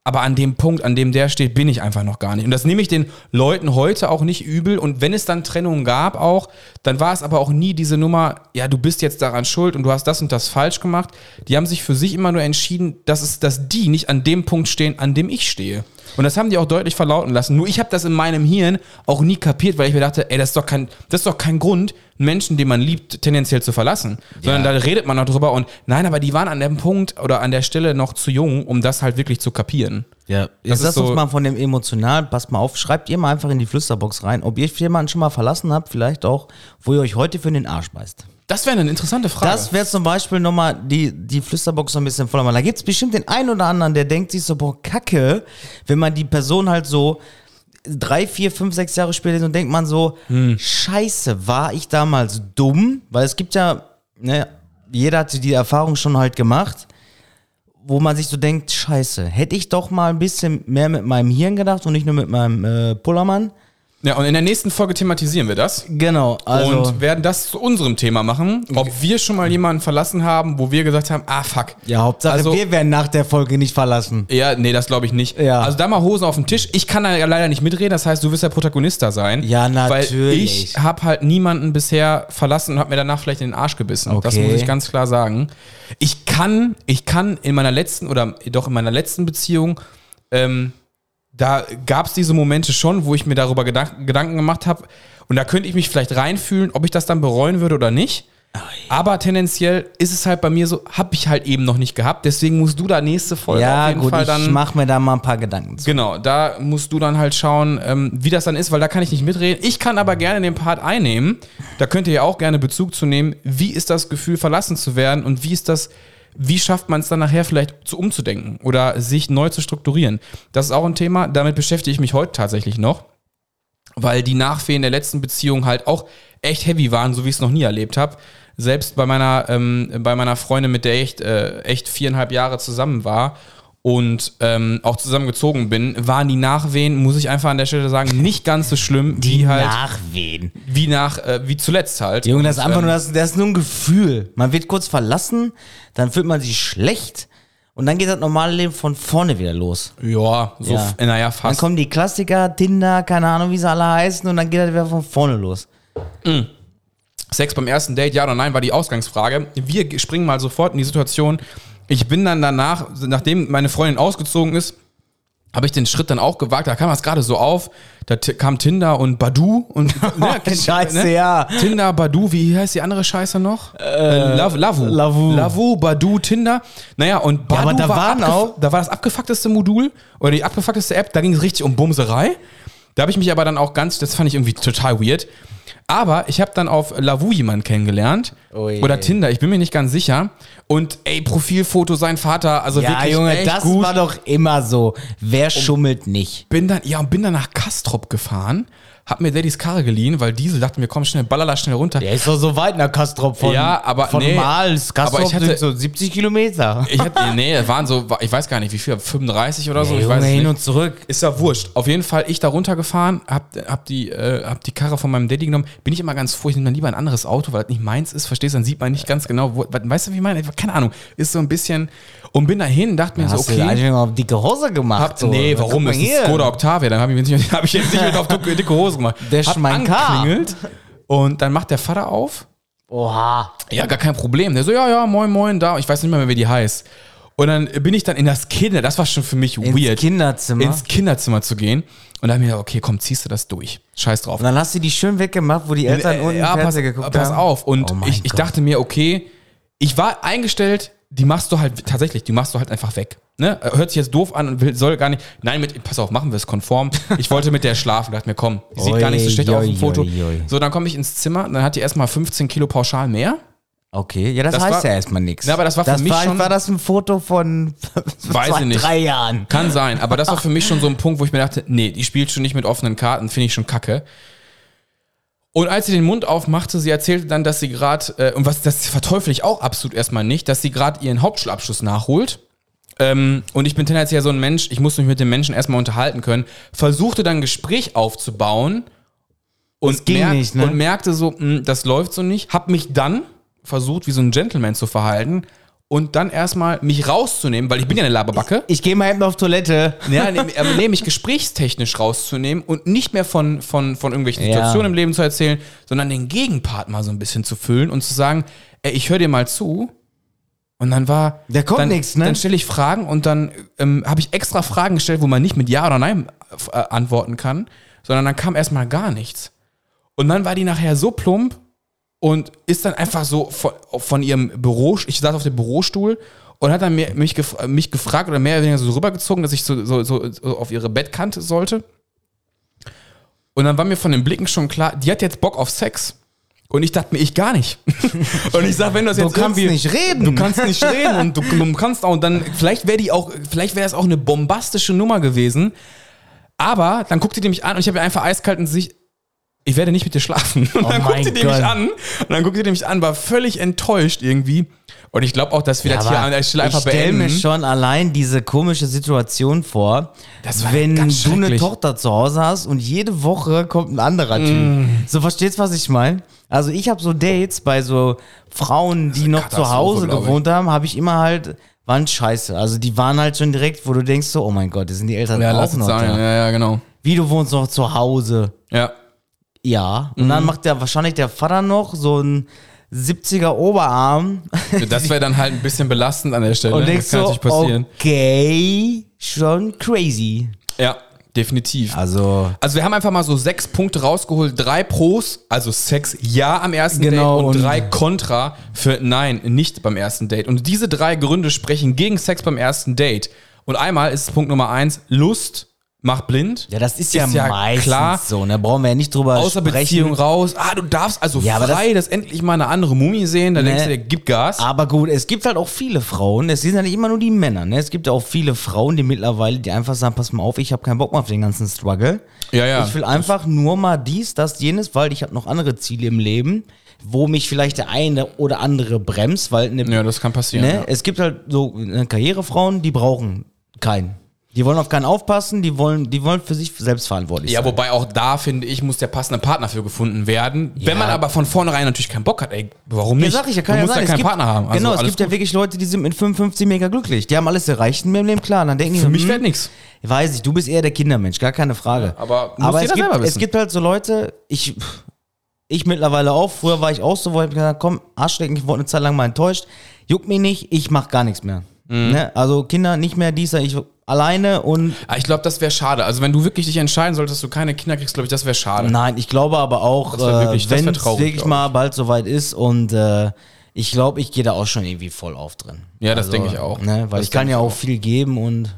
B: Aber an dem Punkt, an dem der steht, bin ich einfach noch gar nicht. Und das nehme ich den Leuten heute auch nicht übel. Und wenn es dann Trennungen gab auch, dann war es aber auch nie diese Nummer, ja, du bist jetzt daran schuld und du hast das und das falsch gemacht. Die haben sich für sich immer nur entschieden, dass, es, dass die nicht an dem Punkt stehen, an dem ich stehe. Und das haben die auch deutlich verlauten lassen. Nur ich habe das in meinem Hirn auch nie kapiert, weil ich mir dachte, ey, das ist doch kein, das ist doch kein Grund, einen Menschen, den man liebt, tendenziell zu verlassen. Sondern da redet man noch drüber und nein, aber die waren an dem Punkt oder an der Stelle noch zu jung, um das halt wirklich zu kapieren.
C: Ja,
B: das
C: jetzt
B: ist
C: lass uns
B: so-
C: mal von dem Emotionalen, passt mal auf, schreibt ihr mal einfach in die Flüsterbox rein, ob ihr jemanden schon mal verlassen habt, vielleicht auch, wo ihr euch heute für den Arsch beißt.
B: Das wäre eine interessante Frage.
C: Das wäre zum Beispiel nochmal die, die Flüsterbox so ein bisschen voller. machen. Da gibt es bestimmt den einen oder anderen, der denkt sich so, boah, kacke, wenn man die Person halt so drei, vier, fünf, sechs Jahre später so denkt man so, scheiße, war ich damals dumm? Weil es gibt ja, ne, jeder hat die Erfahrung schon halt gemacht, wo man sich so denkt, scheiße, hätte ich doch mal ein bisschen mehr mit meinem Hirn gedacht und nicht nur mit meinem äh, Pullermann.
B: ja, und in der nächsten Folge thematisieren wir das.
C: Genau, also.
B: und werden das zu unserem Thema machen, ob wir schon mal jemanden verlassen haben, wo wir gesagt haben, ah fuck.
C: ja, Hauptsache,
B: also-
C: wir werden nach der Folge nicht verlassen.
B: Ja, nee, das glaube ich nicht.
C: Ja.
B: Also da mal Hosen auf den Tisch. Ich kann da ja leider nicht mitreden, das heißt, du wirst der Protagonist da sein.
C: Ja, natürlich.
B: Weil ich habe halt niemanden bisher verlassen und habe mir danach vielleicht in den Arsch gebissen. Das
C: Okay.
B: muss ich ganz klar sagen. Ich kann, ich kann in meiner letzten oder doch in meiner letzten Beziehung, ähm, da gab es diese Momente schon, wo ich mir darüber Gedank Gedanken gemacht habe. Und da könnte ich mich vielleicht reinfühlen, ob ich das dann bereuen würde oder nicht. Aber tendenziell ist es halt bei mir so, habe ich halt eben noch nicht gehabt. Deswegen musst du da nächste Folge auf
C: Ja,
B: jeden
C: gut,
B: Fall
C: ich
B: dann.
C: mach mir da mal ein paar Gedanken zu.
B: Genau, da musst du dann halt schauen, ähm, wie das dann ist, weil da kann ich nicht mitreden. Ich kann aber gerne den Part einnehmen. Da könnt ihr ja auch gerne Bezug zu nehmen. Wie ist das Gefühl, verlassen zu werden und wie ist das, wie schafft man es dann nachher vielleicht zu umzudenken oder sich neu zu strukturieren? Das ist auch ein Thema. Damit beschäftige ich mich heute tatsächlich noch, weil die Nachwehen der letzten Beziehung halt auch echt heavy waren, so wie ich es noch nie erlebt habe. Selbst bei meiner, ähm, bei meiner Freundin, mit der ich äh, echt viereinhalb Jahre zusammen war und ähm, auch zusammengezogen bin, waren die Nachwehen, muss ich einfach an der Stelle sagen, nicht ganz so schlimm wie halt
C: Nachwehen.
B: wie nach äh, wie zuletzt halt.
C: Junge, das ist
B: Und,
C: einfach
B: ähm,
C: nur das, das ist nur ein Gefühl. Man wird kurz verlassen, dann fühlt man sich schlecht und dann geht das normale Leben von vorne wieder los.
B: Ja, so
C: Ja.
B: f- naja
C: Dann
B: fast.
C: kommen die Klassiker, Tinder, keine Ahnung, wie sie alle heißen und dann geht das wieder von vorne los.
B: Sex beim ersten Date, ja oder nein, war die Ausgangsfrage. Wir g- springen mal sofort in die Situation. Ich bin dann danach, nachdem meine Freundin ausgezogen ist, habe ich den Schritt dann auch gewagt. Da kam das gerade so auf. Da t- kam Tinder und Badu und ne, kennt-
C: Oh, Scheiße, ja.
B: Tinder, Badu, wie heißt die andere Scheiße noch? Äh, Lav- Lavu.
C: Lavu.
B: Lavu, Badu, Tinder. Naja, und Badu
C: aber da
B: war
C: waren
B: abgef-
C: auch-
B: da war das abgefuckteste Modul oder die abgefuckteste App, da ging es richtig um Bumserei. Da habe ich mich aber dann auch ganz, das fand ich irgendwie total weird. Aber ich habe dann auf Lavu jemanden kennengelernt.
C: Ui.
B: Oder Tinder, ich bin mir nicht ganz sicher. Und ey, Profilfoto, sein Vater, also
C: Ja,
B: wirklich
C: Junge,
B: echt
C: das
B: gut. Um
C: war doch immer so. Wer schummelt nicht?
B: bin dann, ja, und bin dann nach Kastrop gefahren, hab mir Daddys Karre geliehen, weil Diesel dachte mir, komm schnell, ballerla schnell runter.
C: Der ist doch so weit nach Kastrop von,
B: Ja, aber
C: von
B: nee.
C: Mals. Kastrop
B: Aber ich hatte-
C: sind so 70 Kilometer.
B: Ich hatte, nee, es waren so, ich weiß gar nicht, wie viel, 35 oder so, ich
C: Junge,
B: weiß es
C: hin
B: nicht.
C: und zurück.
B: Ist ja wurscht. Auf jeden Fall, ich da runtergefahren, hab, hab, die, äh, hab die Karre von meinem Daddy genommen. Bin ich immer ganz froh, ich nehme dann lieber ein anderes Auto, weil das nicht meins ist, verstehst du? Dann sieht man nicht ganz genau, wo, we- weißt du, wie ich meine? Keine Ahnung. Ist so ein bisschen. Und bin dahin, dachte mir so,
C: Hast du
B: okay.
C: eigentlich mal auf dicke Hose gemacht?
B: Hab,
C: so.
B: nee, warum?
C: Guck
B: Das
C: mal
B: ist
C: hier.
B: ein Skoda Octavia. Dann habe ich, jetzt nicht- hab ich jetzt nicht mit auf dicke dicke Hose gemacht.
C: Der
B: Hab
C: Schmein K.
B: angeklingelt Und dann macht der Vater auf
C: Oha.
B: ja, gar kein Problem. Der so, ja, ja, moin, moin, da. Ich weiß nicht mehr, wie die heißt. Und dann bin ich dann in das Kinder, das war schon für mich
C: Ins
B: weird,
C: Kinderzimmer.
B: ins Kinderzimmer zu gehen. Und dann hab ich mir gedacht, okay, komm, ziehst du das durch. Scheiß drauf.
C: Und dann hast du die schön weggemacht, wo die Eltern unten
B: Äh, ja, pass,
C: Fernsehen geguckt
B: pass
C: haben.
B: auf. Und
C: Oh mein
B: ich, ich
C: Gott.
B: dachte mir, okay, ich war eingestellt, die machst du halt, tatsächlich, die machst du halt einfach weg. Ne? Hört sich jetzt doof an und will, soll gar nicht. Nein, mit, pass auf, machen wir es konform. Ich wollte mit der schlafen, dachte mir, komm, die sieht gar nicht so
C: Oi,
B: schlecht aus
C: oi,
B: dem Foto.
C: oi, oi.
B: So, dann komme ich ins Zimmer, und dann hat die erstmal 15 Kilo pauschal mehr.
C: Okay, ja, das,
B: Das
C: heißt
B: war-
C: ja erstmal nichts.
B: Ja, aber das war für mich schon-
C: War das ein Foto von
B: Weiß
C: zwei,
B: ich nicht.
C: drei Jahren?
B: Kann sein, aber das war für mich schon so ein Punkt, wo ich mir dachte, nee, die spielt schon nicht mit offenen Karten, finde ich schon kacke. Und als sie den Mund aufmachte, sie erzählte dann, dass sie gerade, äh, und was das verteufel ich auch absolut erstmal nicht, dass sie gerade ihren Hauptschulabschluss nachholt. Ähm, und ich bin tendenziell so ein Mensch, ich muss mich mit dem Menschen erstmal unterhalten können, versuchte dann ein Gespräch aufzubauen und,
C: ging
B: merk-
C: nicht, ne?
B: und merkte so, mh, das läuft so nicht, hab mich dann versucht, wie so ein Gentleman zu verhalten und dann erstmal mich rauszunehmen, weil ich bin ja eine Laberbacke.
C: Ich gehe mal eben auf Toilette.
B: Ja, nee, aber nee, mich gesprächstechnisch rauszunehmen und nicht mehr von, von, von irgendwelchen
C: Ja.
B: Situationen im Leben zu erzählen, sondern den Gegenpart mal so ein bisschen zu füllen und zu sagen, ey, ich höre dir mal zu. Und dann war.
C: Da kommt
B: dann-
C: nichts, ne?
B: Dann stelle ich Fragen und dann ähm, habe ich extra Fragen gestellt, wo man nicht mit Ja oder Nein äh, antworten kann, sondern dann kam erstmal gar nichts. Und dann war die nachher so plump und ist dann einfach so von, von ihrem Büro, ich saß auf dem Bürostuhl und hat dann mir, mich, gef, mich gefragt oder mehr oder weniger so rübergezogen, dass ich so, so, so, so auf ihre Bettkante sollte. Und dann war mir von den Blicken schon klar, die hat jetzt Bock auf Sex. Und ich dachte mir, ich gar nicht. und ich sag, wenn das
C: Du
B: jetzt
C: kannst
B: irgendwie-
C: nicht reden.
B: Du kannst nicht reden und du, du kannst auch und dann vielleicht wäre die auch vielleicht wäre das auch eine bombastische Nummer gewesen. Aber dann guckte die mich an und ich habe ihr einfach eiskalt ins Gesicht ich werde nicht mit dir schlafen. Und dann
C: Oh mein
B: guckte die
C: Gott.
B: mich an und dann guckte die mich an, war völlig enttäuscht irgendwie. Und ich glaube auch, dass wir das hier an der Stelle
C: ich
B: einfach
C: stelle
B: beenden.
C: mir schon allein diese komische Situation vor,
B: Das war
C: wenn
B: ganz
C: du eine
B: schrecklich.
C: Tochter zu Hause hast und jede Woche kommt ein anderer Typ.
B: Mm.
C: So verstehst du, was ich meine? Also ich habe so Dates bei so Frauen, die noch zu
B: Katastrophe,
C: Hause
B: glaub ich.
C: gewohnt haben, habe ich immer halt waren scheiße. Also die waren halt schon direkt, wo du denkst so, oh mein Gott, das sind die Eltern
B: ja,
C: auch
B: lass es
C: noch
B: sein.
C: da.
B: Ja, ja, genau.
C: Wie du wohnst noch zu Hause.
B: Ja.
C: Ja, und
B: Mhm.
C: dann macht der wahrscheinlich der Vater noch so ein 70er Oberarm
B: Das wäre dann halt ein bisschen belastend an der Stelle.
C: und
B: das
C: denkst
B: ne, kann
C: so,
B: natürlich passieren.
C: okay, schon crazy.
B: Ja, definitiv.
C: Also
B: Also wir haben einfach mal so sechs Punkte rausgeholt, drei Pros, also Sex ja am ersten
C: Genau,
B: Date und,
C: und-
B: drei Contra für nein, nicht beim ersten Date. Und diese drei Gründe sprechen gegen Sex beim ersten Date. Und einmal ist Punkt Nummer eins, Lust macht blind.
C: ja, das ist ja, meistens
B: klar.
C: so, da brauchen wir ja nicht drüber
B: Aus der
C: sprechen.
B: Beziehung raus. Ah, du darfst also
C: Ja, aber
B: frei das, endlich mal eine andere Mumie sehen. Da
C: Nee.
B: denkst du, der gibt Gas.
C: Aber gut, es gibt halt auch viele Frauen, es sind ja nicht immer nur die Männer, ne? Es gibt ja auch viele Frauen, die mittlerweile, die einfach sagen, pass mal auf, ich habe keinen Bock mehr auf den ganzen Struggle.
B: Ja, ja.
C: Ich will einfach nur mal dies, das, jenes, weil ich habe noch andere Ziele im Leben, wo mich vielleicht der eine oder andere bremst, weil eine
B: Ja, das kann passieren.
C: Ne?
B: ja.
C: Es gibt halt so äh, Karrierefrauen, die brauchen Keinen. Die wollen auf keinen aufpassen, die wollen, die wollen für sich selbst verantwortlich
B: Ja,
C: sein.
B: wobei auch da, finde ich, muss der passende Partner für gefunden werden.
C: Ja.
B: Wenn man aber von vornherein natürlich keinen Bock hat, ey, warum nicht?
C: Ja, sag ich, ja, kann
B: du
C: ja
B: musst
C: sein.
B: ja
C: Es
B: keinen
C: gibt,
B: Partner haben. Also
C: genau, es
B: alles
C: gibt ja
B: gut.
C: wirklich Leute, die sind mit 55 mega glücklich. Die haben alles erreicht in ihrem Leben, klar. Und dann denken die
B: Für
C: so,
B: mich
C: hm,
B: wäre nichts.
C: Weiß ich, du bist eher der Kindermensch, gar keine Frage.
B: aber muss
C: aber
B: jeder
C: es, gibt,
B: selber wissen.
C: es gibt halt so Leute, ich, ich mittlerweile auch, früher war ich auch so, wo ich gesagt hab, komm, Arschlecken, ich wurde eine Zeit lang mal enttäuscht, juckt mich nicht, ich mach gar nichts mehr.
B: Mhm.
C: Ne? Also Kinder nicht mehr, dieser, ich alleine und
B: Ah, Ich glaube, das wäre schade. Also wenn du wirklich dich entscheiden solltest, dass du keine Kinder kriegst, glaube ich, das wäre schade.
C: Nein, ich glaube aber auch,
B: Das wär
C: äh,
B: wirklich- das wär
C: wenn es
B: traurig,
C: wirklich
B: glaub
C: mal bald soweit ist und äh, ich glaube, ich gehe da auch schon irgendwie voll auf drin.
B: Ja, das denk ich auch.
C: Ne, weil
B: Das
C: ich kann
B: denk
C: ja
B: ich
C: auch,
B: auch.
C: viel geben und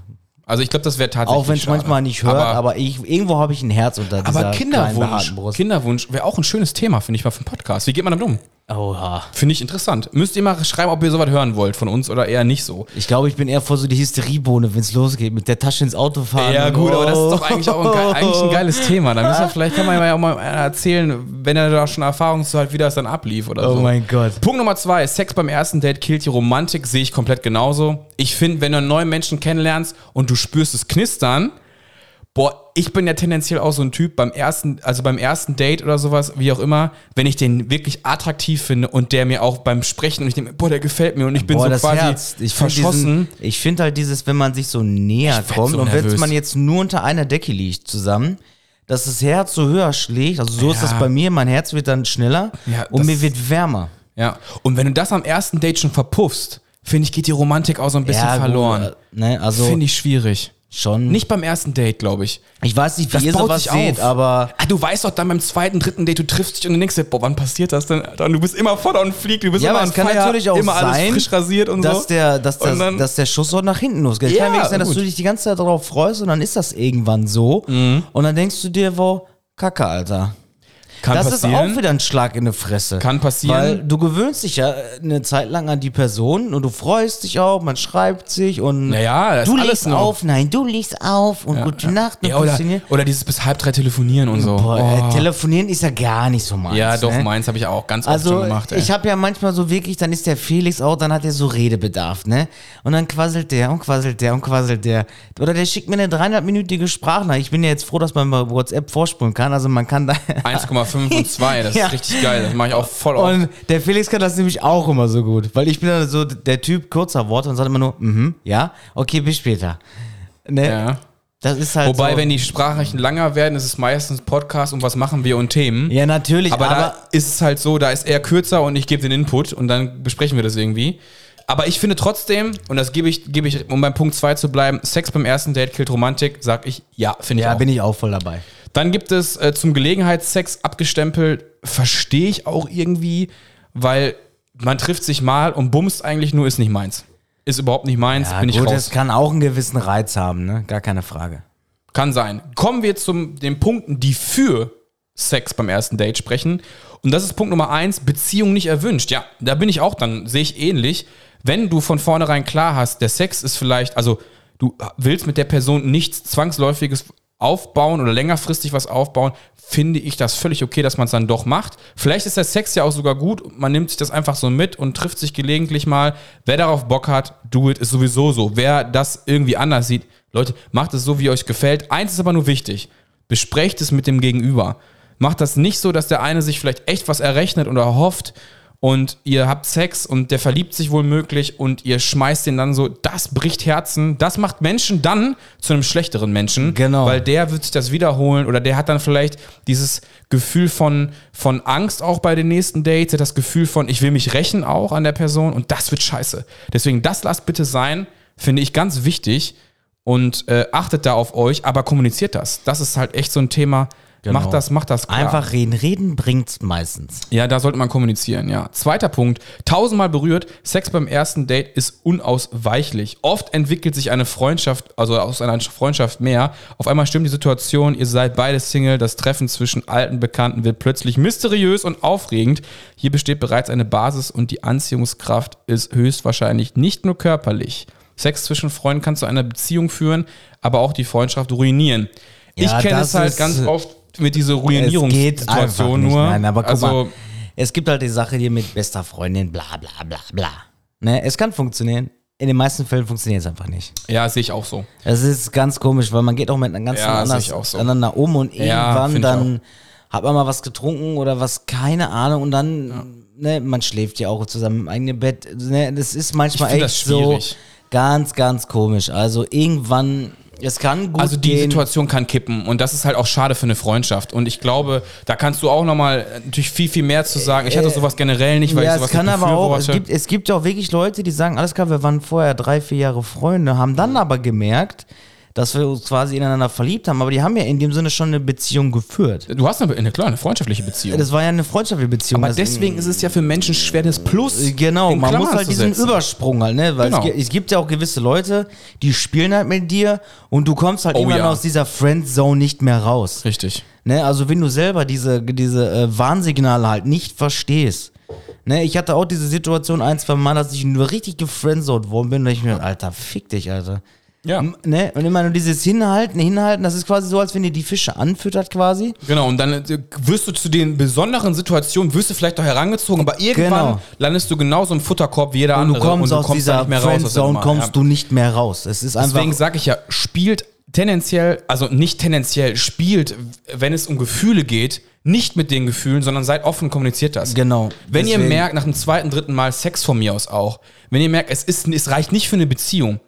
B: Also ich glaube, das wäre tatsächlich
C: auch wenn es
B: schade.
C: manchmal nicht hört, aber,
B: aber,
C: ich, irgendwo habe ich ein Herz unter dieser
B: aber
C: kleinen,
B: Kinderwunsch,
C: behaarten Brust.
B: Kinderwunsch wäre auch ein schönes Thema, finde ich mal, für einen Podcast. Wie geht man damit um?
C: Oha.
B: Finde ich interessant. Müsst ihr mal schreiben, ob ihr sowas hören wollt von uns oder eher nicht so.
C: Ich glaube, ich bin eher vor so die Hysteriebohne, wenn es losgeht, mit der Tasche ins Auto fahren.
B: Ja,
C: und-
B: gut, aber das ist doch eigentlich auch ein, ge-
C: Oh.
B: eigentlich ein geiles Thema. Da müssen wir, vielleicht kann man ja auch mal einer erzählen, wenn er da schon Erfahrung zu hat, wie das dann ablief oder
C: Oh
B: so.
C: mein Gott.
B: Punkt Nummer zwei: Sex beim ersten Date killt die Romantik, sehe ich komplett genauso. Ich finde, wenn du einen neuen Menschen kennenlernst und du spürst es knistern, boah, ich bin ja tendenziell auch so ein Typ beim ersten, also beim ersten Date oder sowas, wie auch immer, wenn ich den wirklich attraktiv finde und der mir auch beim Sprechen und ich denke, boah, der gefällt mir und ich bin
C: Boah,
B: so
C: das
B: quasi
C: Herz. Ich find
B: verschossen.
C: Diesen, ich finde halt dieses, wenn man sich so näher
B: werd
C: kommt
B: so
C: und wenn
B: nervös.
C: man jetzt nur unter einer Decke liegt zusammen, dass das Herz so höher schlägt. Also so ist
B: Ja.
C: das bei mir. Mein Herz wird dann schneller
B: Ja,
C: und
B: das-
C: mir wird wärmer.
B: Ja. Und wenn du das am ersten Date schon verpuffst, finde ich, geht die Romantik auch so ein bisschen
C: Ja, gut,
B: verloren.
C: äh, Ne, also Hm.
B: finde ich schwierig.
C: schon.
B: Nicht beim ersten Date, glaube ich.
C: ich weiß nicht,
B: Das
C: wie ihr
B: baut
C: sowas
B: sich
C: seht,
B: auf.
C: aber
B: Ah, du weißt doch dann beim zweiten, dritten Date, du triffst dich und du denkst dir, boah, wann passiert das denn? Alter? Und du bist immer voller und fliegt, du bist
C: Ja,
B: immer
C: aber
B: an
C: es kann
B: Feier,
C: natürlich auch
B: immer alles
C: sein,
B: frisch rasiert und
C: dass,
B: so.
C: der, dass,
B: Und
C: der,
B: dann-
C: dass der Schuss so nach hinten losgeht.
B: Ja,
C: kann wirklich sein, dass
B: gut.
C: du dich die ganze Zeit darauf freust und dann ist das irgendwann so.
B: Mhm.
C: Und dann denkst du dir, wo, Kacke, Alter.
B: kann
C: das
B: passieren.
C: ist auch wieder ein Schlag in die Fresse.
B: Kann passieren.
C: Weil du gewöhnst dich ja äh, eine Zeit lang an die Person und du freust dich auch, man schreibt sich und
B: Naja, das
C: du
B: ist alles
C: legst
B: noch.
C: auf, nein, du legst auf und gute Nacht und
B: ja, oder,
C: küsschen hier.
B: oder dieses bis halb drei telefonieren und so.
C: Boah,
B: Oh.
C: äh, telefonieren ist ja gar nicht so meins.
B: ja, doch,
C: ne?
B: meins habe ich auch ganz oft
C: Also
B: schon gemacht. ey.
C: ich habe ja manchmal so wirklich, dann ist der Felix auch, dann hat er so Redebedarf, ne? Und dann quasselt der und quasselt der und quasselt der. Oder der schickt mir eine dreieinhalbminütige Sprachnachricht. Ich bin ja jetzt froh, dass man bei WhatsApp vorspulen kann. Also man kann da...
B: 1,5 und 2, das
C: Ja.
B: ist richtig geil. Das mache ich auch voll oft.
C: Und der Felix kann das nämlich auch immer so gut, weil ich bin dann so der Typ kurzer Worte und sagt immer nur, mhm, ja, okay, bis später. Ne?
B: ja.
C: Das ist halt
B: Wobei,
C: so.
B: wenn die Sprachnachrichten langer werden, ist es meistens Podcast und was machen wir und Themen.
C: ja, natürlich,
B: aber,
C: aber,
B: da ist es halt so, da ist er kürzer und ich gebe den Input und dann besprechen wir das irgendwie. Aber ich finde trotzdem, und das gebe ich, gebe ich, um beim Punkt 2 zu bleiben, Sex beim ersten Date killt Romantik, sag ich, ja, finde
C: ja,
B: ich auch.
C: bin ich auch voll dabei.
B: Dann gibt es äh, zum Gelegenheitssex abgestempelt, verstehe ich auch irgendwie, weil man trifft sich mal und bumst eigentlich nur, ist nicht meins. Ist überhaupt nicht meins,
C: Ja,
B: bin ich
C: gut,
B: raus.
C: das kann auch einen gewissen Reiz haben, ne? Gar keine Frage.
B: Kann sein. Kommen wir zu den Punkten, die für Sex beim ersten Date sprechen. Und das ist Punkt Nummer eins, Beziehung nicht erwünscht. Ja, da bin ich auch, dann sehe ich ähnlich. Wenn du von vornherein klar hast, der Sex ist vielleicht, also du willst mit der Person nichts Zwangsläufiges aufbauen oder längerfristig was aufbauen, finde ich das völlig okay, dass man es dann doch macht. Vielleicht ist der Sex ja auch sogar gut, und man nimmt sich das einfach so mit und trifft sich gelegentlich mal. Wer darauf Bock hat, do it, ist sowieso so. Wer das irgendwie anders sieht, Leute, macht es so, wie euch gefällt. Eins ist aber nur wichtig. Besprecht es mit dem Gegenüber. Macht das nicht so, dass der eine sich vielleicht echt was errechnet oder erhofft und ihr habt Sex und der verliebt sich wohl möglich und ihr schmeißt den dann so, das bricht Herzen. Das macht Menschen dann zu einem schlechteren Menschen.
C: Genau.
B: Weil der wird sich das wiederholen oder der hat dann vielleicht dieses Gefühl von, von Angst auch bei den nächsten Dates, der hat das Gefühl von, ich will mich rächen auch an der Person und das wird scheiße. Deswegen, das lasst bitte sein, finde ich ganz wichtig und äh, achtet da auf euch, aber kommuniziert das. Das ist halt echt so ein Thema. Macht Genau. das, macht das klar.
C: Genau. Einfach reden. Reden bringt's meistens.
B: Ja, da sollte man kommunizieren, ja. Zweiter Punkt, tausendmal berührt, Sex beim ersten Date ist unausweichlich. Oft entwickelt sich eine Freundschaft, also aus einer Freundschaft mehr. Auf einmal stimmt die Situation, ihr seid beide Single, das Treffen zwischen alten Bekannten wird plötzlich mysteriös und aufregend. Hier besteht bereits eine Basis und die Anziehungskraft ist höchstwahrscheinlich nicht nur körperlich. Sex zwischen Freunden kann zu einer Beziehung führen, aber auch die Freundschaft ruinieren.
C: Ja,
B: ich kenne
C: das
B: es halt
C: ist-
B: ganz oft mit dieser
C: einfach
B: Ruinierungssituation
C: nicht.
B: nur.
C: Nein, aber guck
B: also,
C: mal, es gibt halt die Sache hier mit bester Freundin, bla bla bla bla. Ne, es kann funktionieren, in den meisten Fällen funktioniert es einfach nicht.
B: Ja, sehe ich auch so.
C: Das ist ganz komisch, weil man geht auch mit einem ganz
B: Ja,
C: anderen
B: sehe ich auch so.
C: miteinander um und
B: Ja,
C: irgendwann
B: finde ich
C: dann hat man mal was getrunken oder was, keine Ahnung, und dann, ne, man schläft ja auch zusammen im eigenen Bett. Ne, das ist manchmal
B: find
C: echt
B: das
C: so
B: schwierig.
C: ganz, ganz komisch. Also irgendwann, es kann gut
B: Also die
C: gehen.
B: Situation kann kippen und das ist halt auch schade für eine Freundschaft. Und ich glaube, da kannst du auch nochmal natürlich viel, viel mehr zu sagen. Ich hatte sowas generell nicht, weil
C: Äh, ja,
B: ich sowas
C: es kann
B: nicht
C: aber auch, es
B: befürworte.
C: gibt, es gibt ja auch wirklich Leute, die sagen, alles klar, wir waren vorher drei, vier Jahre Freunde, haben dann aber gemerkt, dass wir uns quasi ineinander verliebt haben, aber die haben ja in dem Sinne schon eine Beziehung geführt.
B: Du hast eine, eine, klar, eine freundschaftliche Beziehung.
C: Das war ja eine freundschaftliche Beziehung.
B: aber
C: deswegen-
B: deswegen ist es ja für Menschen schwer, das Plus
C: Genau,
B: in
C: man
B: Klammern
C: muss halt
B: zu
C: diesen
B: setzen.
C: Übersprung halt, ne? Weil
B: Genau.
C: es, gibt, es gibt ja auch gewisse Leute, die spielen halt mit dir und du kommst halt
B: Oh
C: irgendwann
B: ja.
C: aus dieser Friendzone nicht mehr raus.
B: Richtig.
C: Ne? Also wenn du selber diese, diese äh, Warnsignale halt nicht verstehst. Ne? Ich hatte auch diese Situation ein, zwei Mal, dass ich nur richtig gefriendzoned worden bin und ich mir dachte, Alter, fick dich, Alter.
B: Ja.
C: M- Ne? Und immer nur dieses Hinhalten, Hinhalten, das ist quasi so, als wenn ihr die Fische anfüttert quasi.
B: Genau, und dann äh, wirst du zu den besonderen Situationen, wirst du vielleicht doch herangezogen, aber irgendwann
C: Genau.
B: landest du genauso im Futterkorb wie jeder
C: Und
B: andere
C: du kommst
B: und
C: aus dieser
B: aus der
C: Friendzone,
B: Nummer.
C: kommst
B: ja.
C: du nicht mehr raus. Es ist einfach
B: Deswegen sage ich ja, spielt tendenziell, also nicht tendenziell, spielt, wenn es um Gefühle geht, nicht mit den Gefühlen, sondern seid offen, kommuniziert das.
C: Genau.
B: Wenn ihr
C: Deswegen-
B: merkt, nach dem zweiten, dritten Mal Sex von mir aus auch, wenn ihr merkt, es, ist, es reicht nicht für eine Beziehung,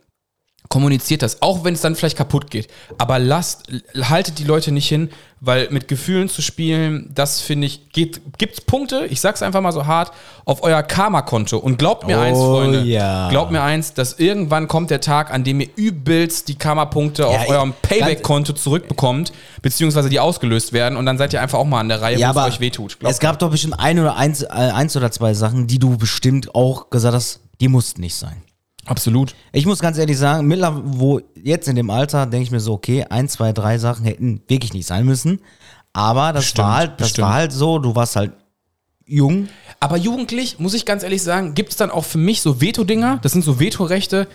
B: kommuniziert das, auch wenn es dann vielleicht kaputt geht. Aber lasst, haltet die Leute nicht hin, weil mit Gefühlen zu spielen, das finde ich, geht, gibt Punkte, ich sag's einfach mal so hart, auf euer Karma-Konto. Und glaubt mir eins,
C: Oh
B: Freunde,
C: ja.
B: glaubt mir eins, dass irgendwann kommt der Tag, an dem ihr übelst die Karma-Punkte auf
C: ich-
B: eurem Payback-Konto zurückbekommt, beziehungsweise die ausgelöst werden und dann seid ihr einfach auch mal an der Reihe,
C: Ja,
B: wo
C: aber
B: es euch wehtut. Glaubt
C: es gab doch bestimmt ein oder eins, äh, eins oder zwei Sachen, die du bestimmt auch gesagt hast, die mussten nicht sein.
B: mir. Absolut.
C: Ich muss ganz ehrlich sagen, mittlerweile, wo jetzt in dem Alter, denke ich mir so, okay, ein, zwei, drei Sachen hätten wirklich nicht sein müssen. Aber das
B: Bestimmt,
C: war halt, das
B: bestimmt.
C: war halt so, du warst halt jung.
B: Aber jugendlich, muss ich ganz ehrlich sagen, gibt es dann auch für mich so Veto-Dinger, das sind so Vetorechte,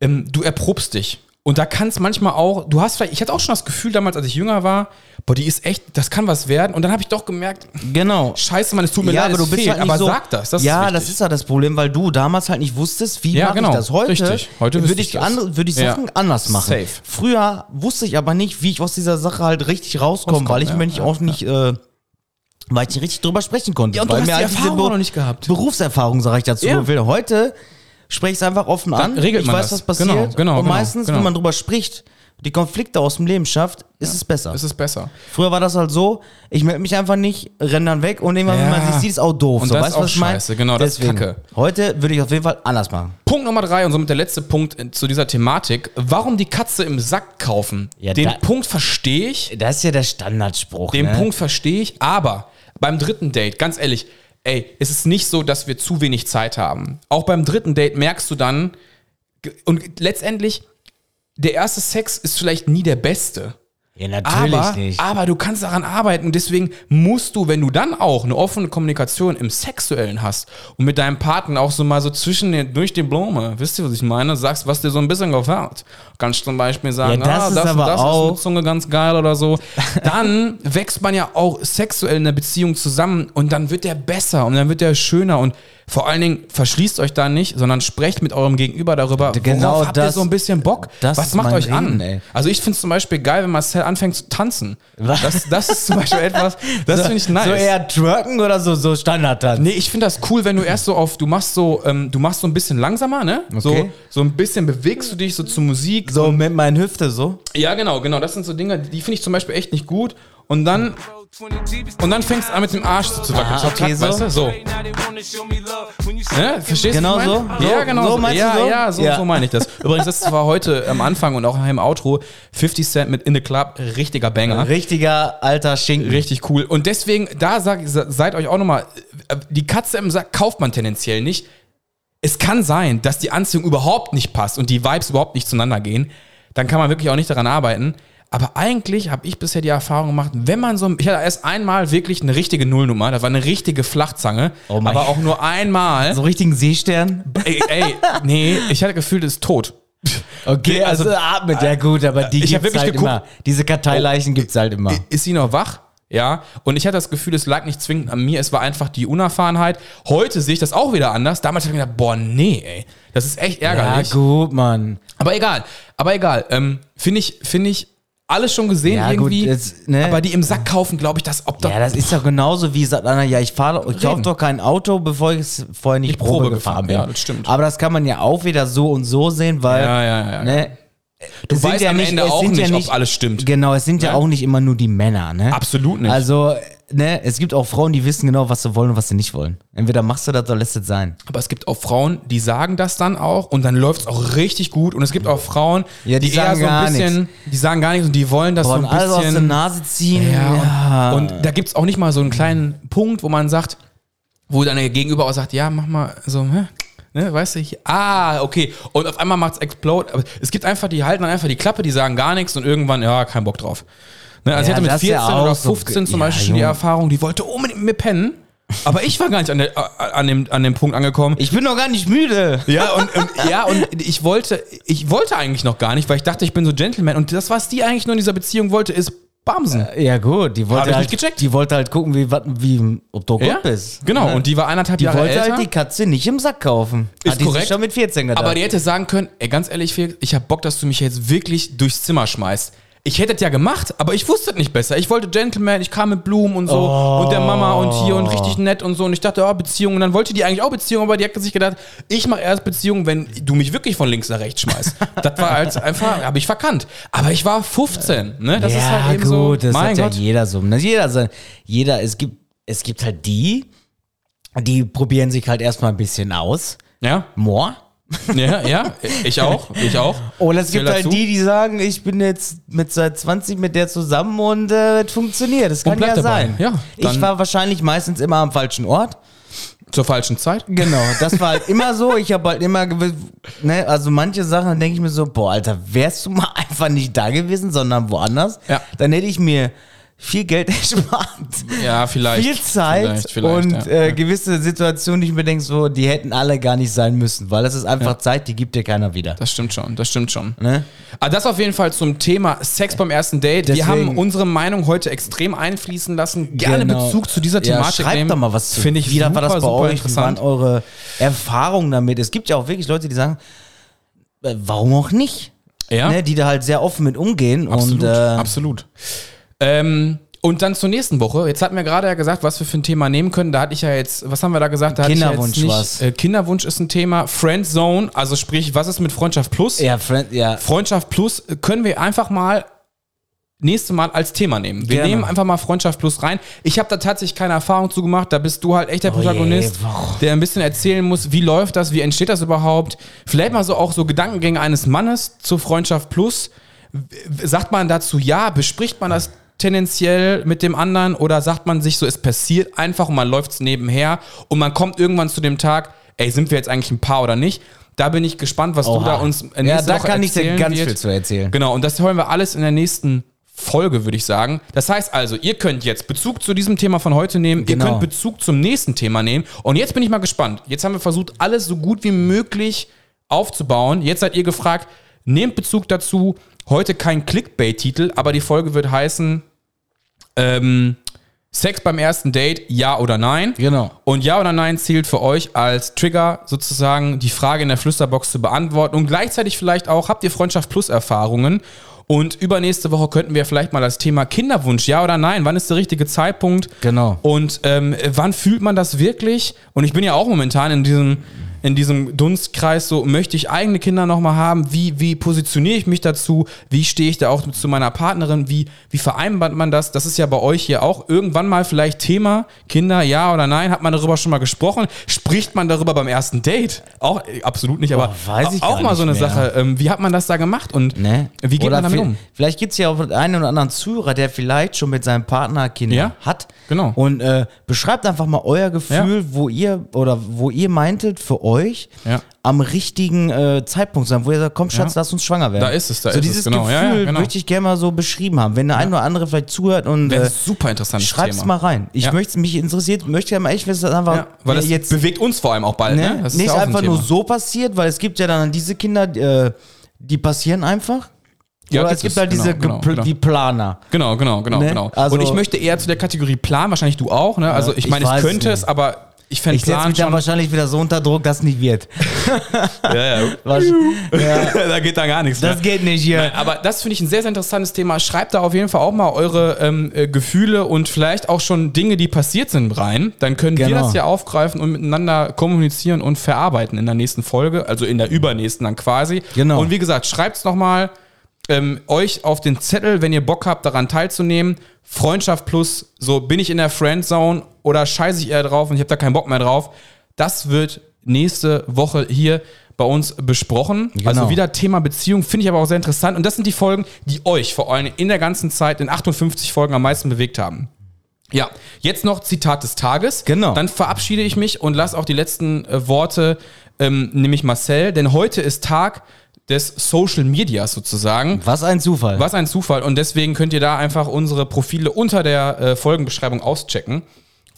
B: ähm, du erprobst dich. Und da kann es manchmal auch, du hast vielleicht, ich hatte auch schon das Gefühl damals, als ich jünger war, boah, die ist echt, das kann was werden. Und dann habe ich doch gemerkt,
C: Genau.
B: scheiße, man, es tut mir
C: ja,
B: leid,
C: aber
B: es
C: du bist
B: fehlt,
C: halt nicht
B: aber
C: so,
B: sag das, das
C: ja,
B: ist
C: das ist ja das Problem, weil du damals halt nicht wusstest, wie
B: Ja,
C: mache
B: genau,
C: ich das heute.
B: richtig. Heute
C: würde
B: wüsste
C: ich,
B: ich das.
C: andere- würde ich
B: Ja.
C: Sachen anders machen.
B: Safe.
C: Früher wusste ich aber nicht, wie ich aus dieser Sache halt richtig rauskomme,
B: Rauskomme,
C: weil ich
B: ja,
C: mir nicht auch nicht, äh, weil ich nicht richtig drüber sprechen konnte.
B: Ja, und du
C: weil
B: hast
C: mir halt
B: die
C: diese
B: Erfahrung
C: Be-
B: noch nicht gehabt.
C: Berufserfahrung, sage ich dazu.
B: Ja.
C: will. Heute spreche ich es einfach offen an.
B: regelt
C: ich
B: man
C: weiß,
B: das.
C: was passiert.
B: Genau, genau,
C: und
B: genau,
C: meistens,
B: genau.
C: wenn man drüber spricht, die Konflikte aus dem Leben schafft, ist es besser.
B: es ist besser.
C: Früher war das halt so, ich melde mich einfach nicht, renne dann weg und irgendwann, wenn
B: Ja.
C: man sich sieht, ist auch doof.
B: Und
C: so,
B: das
C: weißt
B: ist
C: du,
B: auch
C: was ich meine?
B: scheiße, genau, das ist
C: Deswegen,
B: Kacke.
C: Heute würde ich auf jeden Fall anders machen.
B: Punkt Nummer drei und somit der letzte Punkt äh, zu dieser Thematik. Warum die Katze im Sack kaufen?
C: Ja,
B: Den
C: da- Ne?
B: Punkt verstehe ich.
C: Das ist ja der Standardspruch.
B: Den Punkt verstehe ich, aber beim dritten Date, ganz ehrlich, ey, es ist nicht so, dass wir zu wenig Zeit haben. Auch beim dritten Date merkst du dann, ge- und letztendlich, der erste Sex ist vielleicht nie der beste.
C: Ja,
B: Aber, Ah, aber du kannst daran arbeiten und deswegen musst du, wenn du dann auch eine offene Kommunikation im Sexuellen hast und mit deinem Partner auch so mal so zwischen den, durch die Blume, wisst ihr, was ich meine, sagst, was dir so ein bisschen gefällt. Kannst zum Beispiel sagen,
C: Ja, das
B: ah,
C: ist
B: das und
C: aber
B: das ist
C: auch-
B: mit Zunge ganz geil oder so. Dann wächst man ja auch sexuell in der Beziehung zusammen und dann wird der besser und dann wird der schöner und vor allen Dingen verschließt euch da nicht, sondern sprecht mit eurem Gegenüber darüber,
C: Genau
B: worauf habt ihr
C: das-
B: so ein bisschen Bock?
C: das
B: was
C: ist
B: macht
C: mein
B: euch an?
C: Reden, ey.
B: Also ich finde es zum Beispiel geil, wenn Marcel anfängt zu tanzen. Das, das ist zum Beispiel etwas, das finde ich nice.
C: So eher twerken oder so, so Standard dann.
B: Nee, ich finde das cool, wenn du erst so auf, du machst so, ähm, du machst so ein bisschen langsamer, ne? So,
C: Okay.
B: so ein bisschen bewegst du dich so zur Musik.
C: So mit meinen Hüfte so.
B: Ja, genau, genau. Das sind so Dinge, die finde ich zum Beispiel echt nicht gut. Und dann, und dann fängst du an mit dem Arsch so zu wackeln.
C: Ah,
B: Zack, zack,
C: okay, so.
B: Weißt du? so. Ne? Verstehst
C: Genau
B: du? was ich
C: so?
B: meine? Ja,
C: So-
B: genau.
C: so
B: So
C: meinst
B: ja,
C: du so?
B: ja, so,
C: Ja.
B: so meine ich das. Übrigens, das war heute am Anfang und auch im Outro 50 Cent mit In the Club, richtiger Banger.
C: Richtiger alter Schinken.
B: Richtig cool. Und deswegen, da sag, se- seid euch auch nochmal, äh, die Katze im Sack kauft man tendenziell nicht. Es kann sein, dass die Anziehung überhaupt nicht passt und die Vibes überhaupt nicht zueinander gehen. Dann kann man wirklich auch nicht daran arbeiten. Aber eigentlich habe ich bisher die Erfahrung gemacht, wenn man so, ich hatte erst einmal wirklich eine richtige Nullnummer, das war eine richtige Flachzange,
C: Oh mein
B: aber auch nur einmal.
C: So richtigen Seestern.
B: Ey, ey, nee, ich hatte gefühlt, es ist tot.
C: Okay, also, atmet, ja gut, aber die
B: Ich hab
C: gibt's
B: wirklich
C: halt
B: geguckt. Oh.
C: immer. Diese Karteileichen gibt's halt immer.
B: Ist sie noch wach? Ja, und ich hatte das Gefühl, es lag nicht zwingend an mir, es war einfach die Unerfahrenheit. Heute sehe ich das auch wieder anders. Damals habe ich mir gedacht, boah, nee, ey, das ist echt
C: Ja,
B: ärgerlich.
C: gut, Mann.
B: aber egal, aber egal. Ähm, Finde ich, finde ich, alles schon gesehen
C: Ja, gut,
B: irgendwie.
C: jetzt, ne?
B: Aber die im Sack kaufen, glaube ich, das, ob da
C: Ja, das ist doch genauso wie sagt einer, ja, ich fahre, ich kaufe doch kein Auto, bevor ich es vorher nicht
B: Nicht
C: Probe,
B: Probe
C: gefahren
B: gefahren,
C: bin.
B: ja, das stimmt.
C: Aber das kann man ja auch wieder so und so sehen, weil
B: Ja, ja, ja,
C: Ne,
B: Du
C: es sind
B: weißt
C: ja
B: am
C: nicht-
B: Ende
C: es
B: auch
C: sind
B: nicht,
C: ja nicht-
B: ob alles stimmt.
C: genau, es sind ja,
B: Ne?
C: auch nicht immer nur die Männer, ne?
B: Absolut nicht.
C: Also, ne, es gibt auch Frauen, die wissen genau, was sie wollen und was sie nicht wollen. Entweder machst du das oder lässt es sein.
B: Aber es gibt auch Frauen, die sagen das dann auch und dann läuft es auch richtig gut. Und es gibt auch Frauen,
C: Ja, die sagen gar
B: die sagen gar nichts und die wollen das
C: Wollen
B: so ein bisschen.
C: alles aus der Nase ziehen.
B: Ja, und, und da gibt es auch nicht mal so einen kleinen Punkt, wo man sagt, wo dann der Gegenüber auch sagt, ja, mach mal so, hä? Ne, weißt du, hier, ah, okay. Und auf einmal macht's explode. Aber es gibt einfach, die halten dann einfach die Klappe, die sagen gar nichts und irgendwann, ja, kein Bock drauf. Ne, also ich
C: Ja,
B: hatte mit
C: das ist
B: 14
C: ja auch
B: oder
C: so
B: 15 zum
C: ge-
B: Beispiel
C: ja,
B: schon die
C: Junge.
B: Erfahrung, die wollte unbedingt mit mir pennen. Aber ich war gar nicht an, der, an, dem, an dem Punkt angekommen.
C: Ich bin doch gar nicht müde.
B: Ja, und, und, ja, und ich wollte, ich wollte eigentlich noch gar nicht, weil ich dachte, ich bin so Gentleman. Und das, was die eigentlich nur in dieser Beziehung wollte, ist Bamsen.
C: Ja, gut, die
B: Hab
C: wollte,
B: ich
C: halt,
B: nicht gecheckt.
C: die wollte halt gucken, wie, wat- wie ob du gut
B: Ja,
C: bist.
B: genau.
C: Ja.
B: Und die war eineinhalb
C: Die
B: Jahre
C: wollte
B: älter.
C: halt die Katze nicht im Sack kaufen.
B: Ist
C: Hat die sich
B: korrekt.
C: schon mit 14 gedacht.
B: aber die hätte sagen können, ey, ganz ehrlich, Felix, ich hab Bock, dass du mich jetzt wirklich durchs Zimmer schmeißt. Ich hätte es ja gemacht, aber ich wusste es nicht besser. Ich wollte Gentleman, ich kam mit Blumen und so
C: Oh.
B: und der Mama und hier und richtig nett und so. Und ich dachte, ja, Beziehung. Und dann wollte die eigentlich auch Beziehung, aber die hat sich gedacht, ich mache erst Beziehung, wenn du mich wirklich von links nach rechts schmeißt. das war halt einfach, habe ich verkannt. Aber ich war 15, ne? Das
C: ja,
B: ist halt eben
C: gut,
B: so.
C: das
B: mein
C: hat
B: Gott.
C: ja jeder so. Das jeder, sein- jeder, es gibt, es gibt halt die, die probieren sich halt erstmal ein bisschen aus.
B: Ja,
C: Moor.
B: ja, ja. Ich auch, ich auch.
C: Oder es gibt
B: Zähl
C: halt
B: dazu.
C: die, die sagen, ich bin jetzt mit seit 20 mit der zusammen und äh, es funktioniert. Das kann ja
B: bleibt dabei.
C: sein.
B: Ja,
C: ich
B: dann-
C: war wahrscheinlich meistens immer am falschen Ort.
B: Zur falschen Zeit.
C: Genau, das war halt immer so. Ich habe halt immer, gewi- ne, also manche Sachen denke ich mir so, boah, Alter, wärst du mal einfach nicht da gewesen, sondern woanders,
B: Ja.
C: dann hätte ich mir viel Geld erspart.
B: Ja, vielleicht.
C: viel Zeit
B: Vielleicht, vielleicht,
C: und
B: ja.
C: äh, gewisse Situationen, die ich mir denke, so, die hätten alle gar nicht sein müssen, weil das ist einfach Zeit, die gibt dir keiner wieder.
B: Das stimmt schon, das stimmt schon.
C: Ne?
B: Aber das auf jeden Fall zum Thema Sex beim ersten Date. Wir
C: Deswegen-
B: haben unsere Meinung heute extrem einfließen lassen. Gerne
C: Genau.
B: Bezug zu dieser
C: Ja,
B: Thematik
C: schreibt
B: nehmen.
C: doch mal was zu.
B: Finde ich
C: Wie
B: wieder
C: war das bei euch?
B: interessant.
C: Wie waren eure Erfahrungen damit? Es gibt ja auch wirklich Leute, die sagen, äh, warum auch nicht?
B: Ja,
C: Ne, die da halt sehr offen mit umgehen.
B: absolut,
C: und, äh,
B: absolut. Ähm, und dann zur nächsten Woche. Jetzt hatten wir gerade ja gesagt, was wir für ein Thema nehmen können. Da hatte ich ja jetzt, was haben wir da gesagt? Da hatte ich ja jetzt
C: Kinderwunsch
B: nicht-
C: war's.
B: Äh, Kinderwunsch ist ein Thema. Friendzone, also sprich, was ist mit Freundschaft Plus?
C: Ja, Friend, ja.
B: Freundschaft Plus können wir einfach mal nächste Mal als Thema nehmen. Wir
C: Gerne.
B: nehmen einfach mal Freundschaft Plus rein. Ich habe da tatsächlich keine Erfahrung zu gemacht. Da bist du halt echt der
C: Oh je,
B: Protagonist,
C: warum?
B: der ein bisschen erzählen muss, wie läuft das, wie entsteht das überhaupt. Vielleicht mal so auch so Gedankengänge eines Mannes zur Freundschaft Plus. W- Sagt man dazu ja? Bespricht man das tendenziell mit dem anderen oder sagt man sich so, es passiert einfach und man läuft es nebenher und man kommt irgendwann zu dem Tag, ey, sind wir jetzt eigentlich ein Paar oder nicht? Da bin ich gespannt, was du
C: Oha.
B: da uns äh,
C: Ja,
B: nächste
C: da
B: Woche
C: kann ich dir
B: erzählen
C: ganz
B: wird.
C: viel zu erzählen.
B: Genau, und das hören wir alles in der nächsten Folge, würde ich sagen. Das heißt also, ihr könnt jetzt Bezug zu diesem Thema von heute nehmen,
C: Genau.
B: ihr könnt Bezug zum nächsten Thema nehmen. Und jetzt bin ich mal gespannt. Jetzt haben wir versucht, alles so gut wie möglich aufzubauen. Jetzt seid ihr gefragt, nehmt Bezug dazu. Heute kein Clickbait-Titel, aber die Folge wird heißen ähm, Sex beim ersten Date, ja oder nein.
C: Genau.
B: Und Ja oder Nein zählt für euch als Trigger sozusagen die Frage in der Flüsterbox zu beantworten und gleichzeitig vielleicht auch, habt ihr Freundschaft plus Erfahrungen? Und übernächste Woche könnten wir vielleicht mal das Thema Kinderwunsch, ja oder nein, wann ist der richtige Zeitpunkt?
C: Genau.
B: Und ähm, wann fühlt man das wirklich? Und ich bin ja auch momentan in diesem, in diesem Dunstkreis so, möchte ich eigene Kinder nochmal haben? Wie, wie positioniere ich mich dazu? Wie stehe ich da auch zu meiner Partnerin? Wie, wie vereinbart man das? Das ist ja bei euch hier auch irgendwann mal vielleicht Thema. Kinder, ja oder nein? Hat man darüber schon mal gesprochen? Spricht man darüber beim ersten Date? Auch äh, absolut nicht, aber
C: Boah, weiß ich
B: auch
C: gar
B: mal
C: nicht
B: so eine
C: mehr.
B: Sache. Ähm, wie hat man das da gemacht und
C: Ne?
B: wie geht
C: Oder
B: man damit
C: vi-
B: um?
C: Vielleicht gibt es ja auch einen oder anderen Zuhörer, der vielleicht schon mit seinem Partner Kinder
B: Ja,
C: hat.
B: genau.
C: Und äh, beschreibt einfach mal euer Gefühl, wo ihr oder wo ihr meintet, für euch
B: Ja.
C: am richtigen äh, Zeitpunkt sein, wo ihr sagt, komm Schatz,
B: Ja.
C: lass uns schwanger werden.
B: Da ist es, da
C: so
B: ist es,
C: dieses
B: genau.
C: Gefühl
B: Ja, ja, genau.
C: möchte ich gerne mal so beschrieben haben. Wenn der eine oder andere vielleicht zuhört und
B: Das
C: äh,
B: ist ein super interessantes
C: schreibt's
B: Thema.
C: mal rein. Ich
B: Ja.
C: möchte mich interessiert, möchte ja mal echt wissen, einfach
B: Ja, weil das
C: jetzt
B: bewegt uns vor allem auch bald. Ne?
C: ne?
B: Das ist
C: nicht
B: ja auch ein
C: einfach
B: Thema.
C: nur so passiert, weil es gibt ja dann diese Kinder, die, äh, die passieren einfach.
B: Ja,
C: Oder
B: gibt
C: es gibt
B: es.
C: halt diese
B: Genau, genau,
C: gepl-
B: genau.
C: wie Planer.
B: Genau, genau, genau,
C: Ne?
B: genau.
C: Also-
B: und ich möchte eher zu der Kategorie Plan, wahrscheinlich du auch, ne? Also ich
C: ich
B: meine, ich,
C: weiß
B: könnte
C: nicht.
B: es, aber ich fände
C: Ich setze
B: Plan
C: mich dann
B: schon.
C: wahrscheinlich wieder so unter Druck, dass es nicht wird.
B: Ja, ja.
C: Was-
B: da geht dann gar nichts. ne?
C: Das geht nicht
B: Nein,
C: hier.
B: aber das finde ich ein sehr, sehr interessantes Thema. Schreibt da auf jeden Fall auch mal eure ähm, äh, Gefühle und vielleicht auch schon Dinge, die passiert sind, rein. Dann können wir
C: Genau.
B: das ja aufgreifen und miteinander kommunizieren und verarbeiten in der nächsten Folge, also in der übernächsten dann quasi.
C: Genau.
B: Und wie gesagt, schreibt es nochmal ähm, euch auf den Zettel, wenn ihr Bock habt, daran teilzunehmen. Freundschaft plus, so bin ich in der Friendzone oder scheiße ich eher drauf und ich habe da keinen Bock mehr drauf. Das wird nächste Woche hier bei uns besprochen. Also
C: Genau.
B: wieder Thema Beziehung, finde ich aber auch sehr interessant. Und das sind die Folgen, die euch vor allem in der ganzen Zeit, in 58 Folgen am meisten bewegt haben. Ja, jetzt noch Zitat des Tages.
C: Genau.
B: Dann verabschiede ich mich und lasse auch die letzten äh, Worte, ähm, nämlich Marcel, denn heute ist Tag des Social Medias sozusagen.
C: Was ein Zufall.
B: Was ein Zufall. Und deswegen könnt ihr da einfach unsere Profile unter der äh, Folgenbeschreibung auschecken.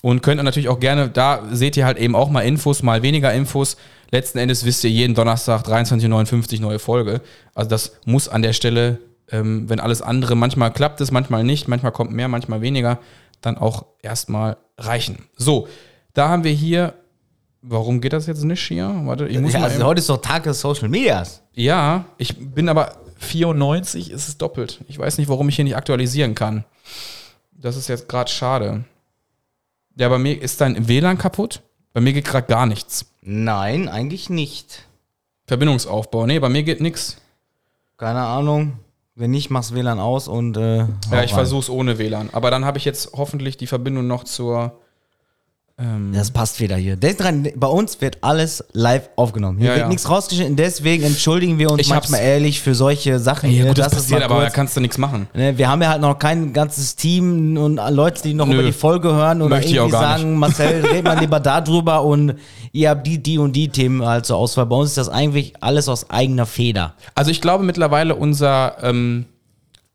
B: Und könnt ihr natürlich auch gerne, da seht ihr halt eben auch mal Infos, mal weniger Infos. Letzten Endes wisst ihr jeden Donnerstag 23.59 neue Folge. Also das muss an der Stelle, ähm, wenn alles andere, manchmal klappt es, manchmal nicht, manchmal kommt mehr, manchmal weniger, dann auch erstmal reichen. So, da haben wir hier, warum geht das jetzt nicht hier? Warte, ich muss
C: ja,
B: mal
C: also
B: eben-
C: heute ist doch Tag des Social Medias.
B: ja, ich bin aber 94 ist es doppelt. Ich weiß nicht, warum ich hier nicht aktualisieren kann. Das ist jetzt gerade schade. Ja, bei mir ist dein WLAN kaputt. Bei mir geht gerade gar nichts.
C: Nein, eigentlich nicht.
B: Verbindungsaufbau. Nee, bei mir geht nichts.
C: Keine Ahnung. Wenn nicht, mach's WLAN aus und äh,
B: Ja, ich
C: hau rein.
B: versuch's ohne WLAN. Aber dann habe ich jetzt hoffentlich die Verbindung noch zur.
C: Das passt wieder hier. Denk dran, bei uns wird alles live aufgenommen. Hier
B: Ja,
C: wird
B: ja.
C: nichts rausgeschnitten, deswegen entschuldigen wir uns
B: Ich hab's-
C: manchmal ehrlich für solche Sachen hier. ist mal kurz.
B: kannst du nichts machen.
C: Ne, wir haben ja halt noch kein ganzes Team und Leute, die noch
B: Nö.
C: über die Folge hören oder
B: Möchte ich
C: irgendwie
B: auch gar
C: sagen, Marcel, red mal lieber darüber und ihr habt die, die und die Themen halt zur Auswahl. Bei uns ist das eigentlich alles aus eigener Feder.
B: Also ich glaube mittlerweile unser, ähm,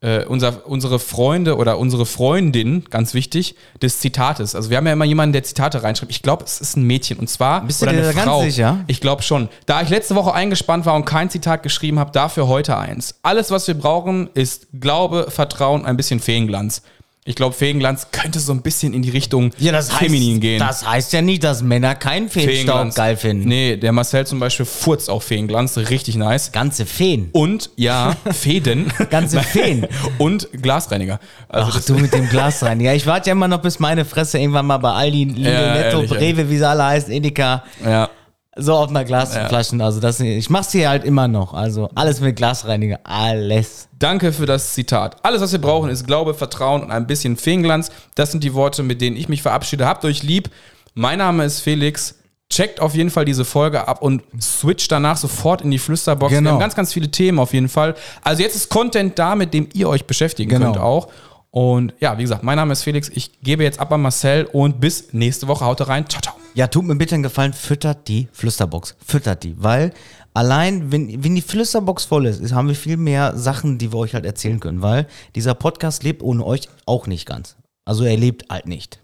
B: äh, unser, unsere Freunde oder unsere Freundin, ganz wichtig, des Zitates. Also wir haben ja immer jemanden, der Zitate reinschreibt. Ich glaube, es ist ein Mädchen und zwar
C: Bist du dir da ganz sicher?
B: Ich glaube schon. Da ich letzte Woche eingespannt war und kein Zitat geschrieben habe, dafür heute eins. Alles, was wir brauchen, ist Glaube, Vertrauen, ein bisschen Feenglanz. Ich glaube, Feenglanz könnte so ein bisschen in die Richtung feminin gehen.
C: Das heißt ja nicht, dass Männer keinen Feenstaub
B: Feenglanz.
C: geil finden.
B: Nee, der Marcel zum Beispiel furzt auch Feenglanz, richtig nice.
C: Ganze Feen.
B: Und ja, Fäden.
C: Ganze Feen. Äh,
B: und Glasreiniger. Also
C: Ach du mit dem Glas rein. Ja, ich warte ja immer noch, bis meine Fresse irgendwann mal bei Aldi, Lidl,
B: Ja,
C: Netto,
B: ehrlich,
C: Rewe, wie sie alle heißen, Edeka,
B: ja.
C: so auf einer Glasflaschen. Also das, ich mach's hier halt immer noch. Also alles mit Glasreiniger, alles.
B: Danke für das Zitat. Alles, was wir brauchen, ist Glaube, Vertrauen und ein bisschen Feenglanz. Das sind die Worte, mit denen ich mich verabschiede. Habt euch lieb. Mein Name ist Felix. Checkt auf jeden Fall diese Folge ab und switcht danach sofort in die Flüsterbox. Wir
C: Genau.
B: haben ganz, ganz viele Themen auf jeden Fall. Also jetzt ist Content da, mit dem ihr euch beschäftigen
C: Genau.
B: könnt auch. Und ja, wie gesagt, mein Name ist Felix. Ich gebe jetzt ab an Marcel und bis nächste Woche. Haut rein. Ciao, ciao.
C: Ja, tut mir bitte einen Gefallen, füttert die Flüsterbox. Füttert die, weil allein, wenn, wenn die Flüsterbox voll ist, ist- haben wir viel mehr Sachen, die wir euch halt erzählen können, weil dieser Podcast lebt ohne euch auch nicht ganz. Also er lebt halt nicht.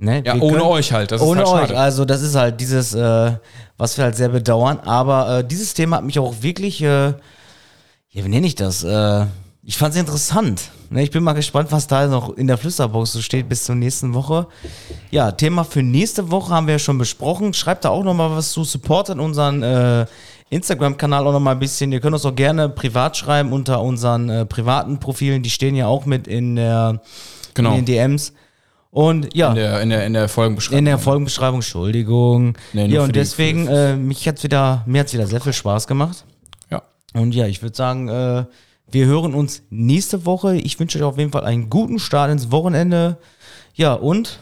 C: Ne?
B: Ja,
C: Wir
B: ohne
C: können-
B: euch halt. Das
C: ohne
B: ist halt
C: euch. Also das ist halt dieses, äh, was wir halt sehr bedauern. Aber äh, dieses Thema hat mich auch wirklich, äh, ja, wie nenne ich das? Äh, ich fand es interessant. Ne, ich bin mal gespannt, was da noch in der Flüsterbox so steht bis zur nächsten Woche. Ja, Thema für nächste Woche haben wir ja schon besprochen. Schreibt da auch nochmal was zu. Supportet unseren äh, Instagram-Kanal auch nochmal ein bisschen. Ihr könnt uns auch gerne privat schreiben unter unseren äh, privaten Profilen. Die stehen ja auch mit in, der,
B: Genau.
C: in den DMs. Und ja.
B: In der, in der, in der Folgenbeschreibung.
C: In der Folgenbeschreibung, Entschuldigung.
B: Nee, nur
C: ja,
B: für
C: und
B: die-
C: deswegen,
B: für-
C: äh, mich hat's wieder, mir hat's wieder sehr viel Spaß gemacht.
B: ja.
C: Und ja, ich würde sagen, äh, wir hören uns nächste Woche. Ich wünsche euch auf jeden Fall einen guten Start ins Wochenende. Ja, und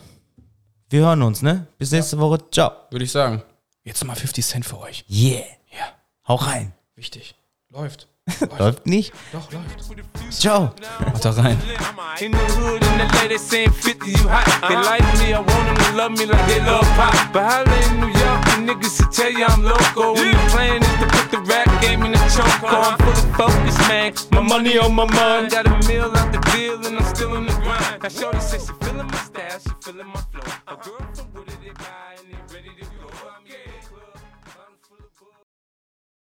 C: wir hören uns, ne? Bis nächste Woche. Ciao.
B: Würde ich sagen. Jetzt nochmal 50 Cent für euch.
C: Yeah.
B: Ja.
C: Hau rein.
B: Wichtig. Läuft.
C: Läuft nicht?
B: Doch, läuft.
C: Ciao.
B: Macht da rein.
A: In the hood and the lady saying 50 you hot. They like me, I want them to love me like they love pop. But holla in New York, the niggas to tell you I'm loco. And the plan is to put the rap game in the choke. I'm fully focused, man. My money on my mind. Got a meal out the deal and I'm still in the grind. Now shorty says she feeling my style, she feeling my flow. A girl from Wooded, they buy.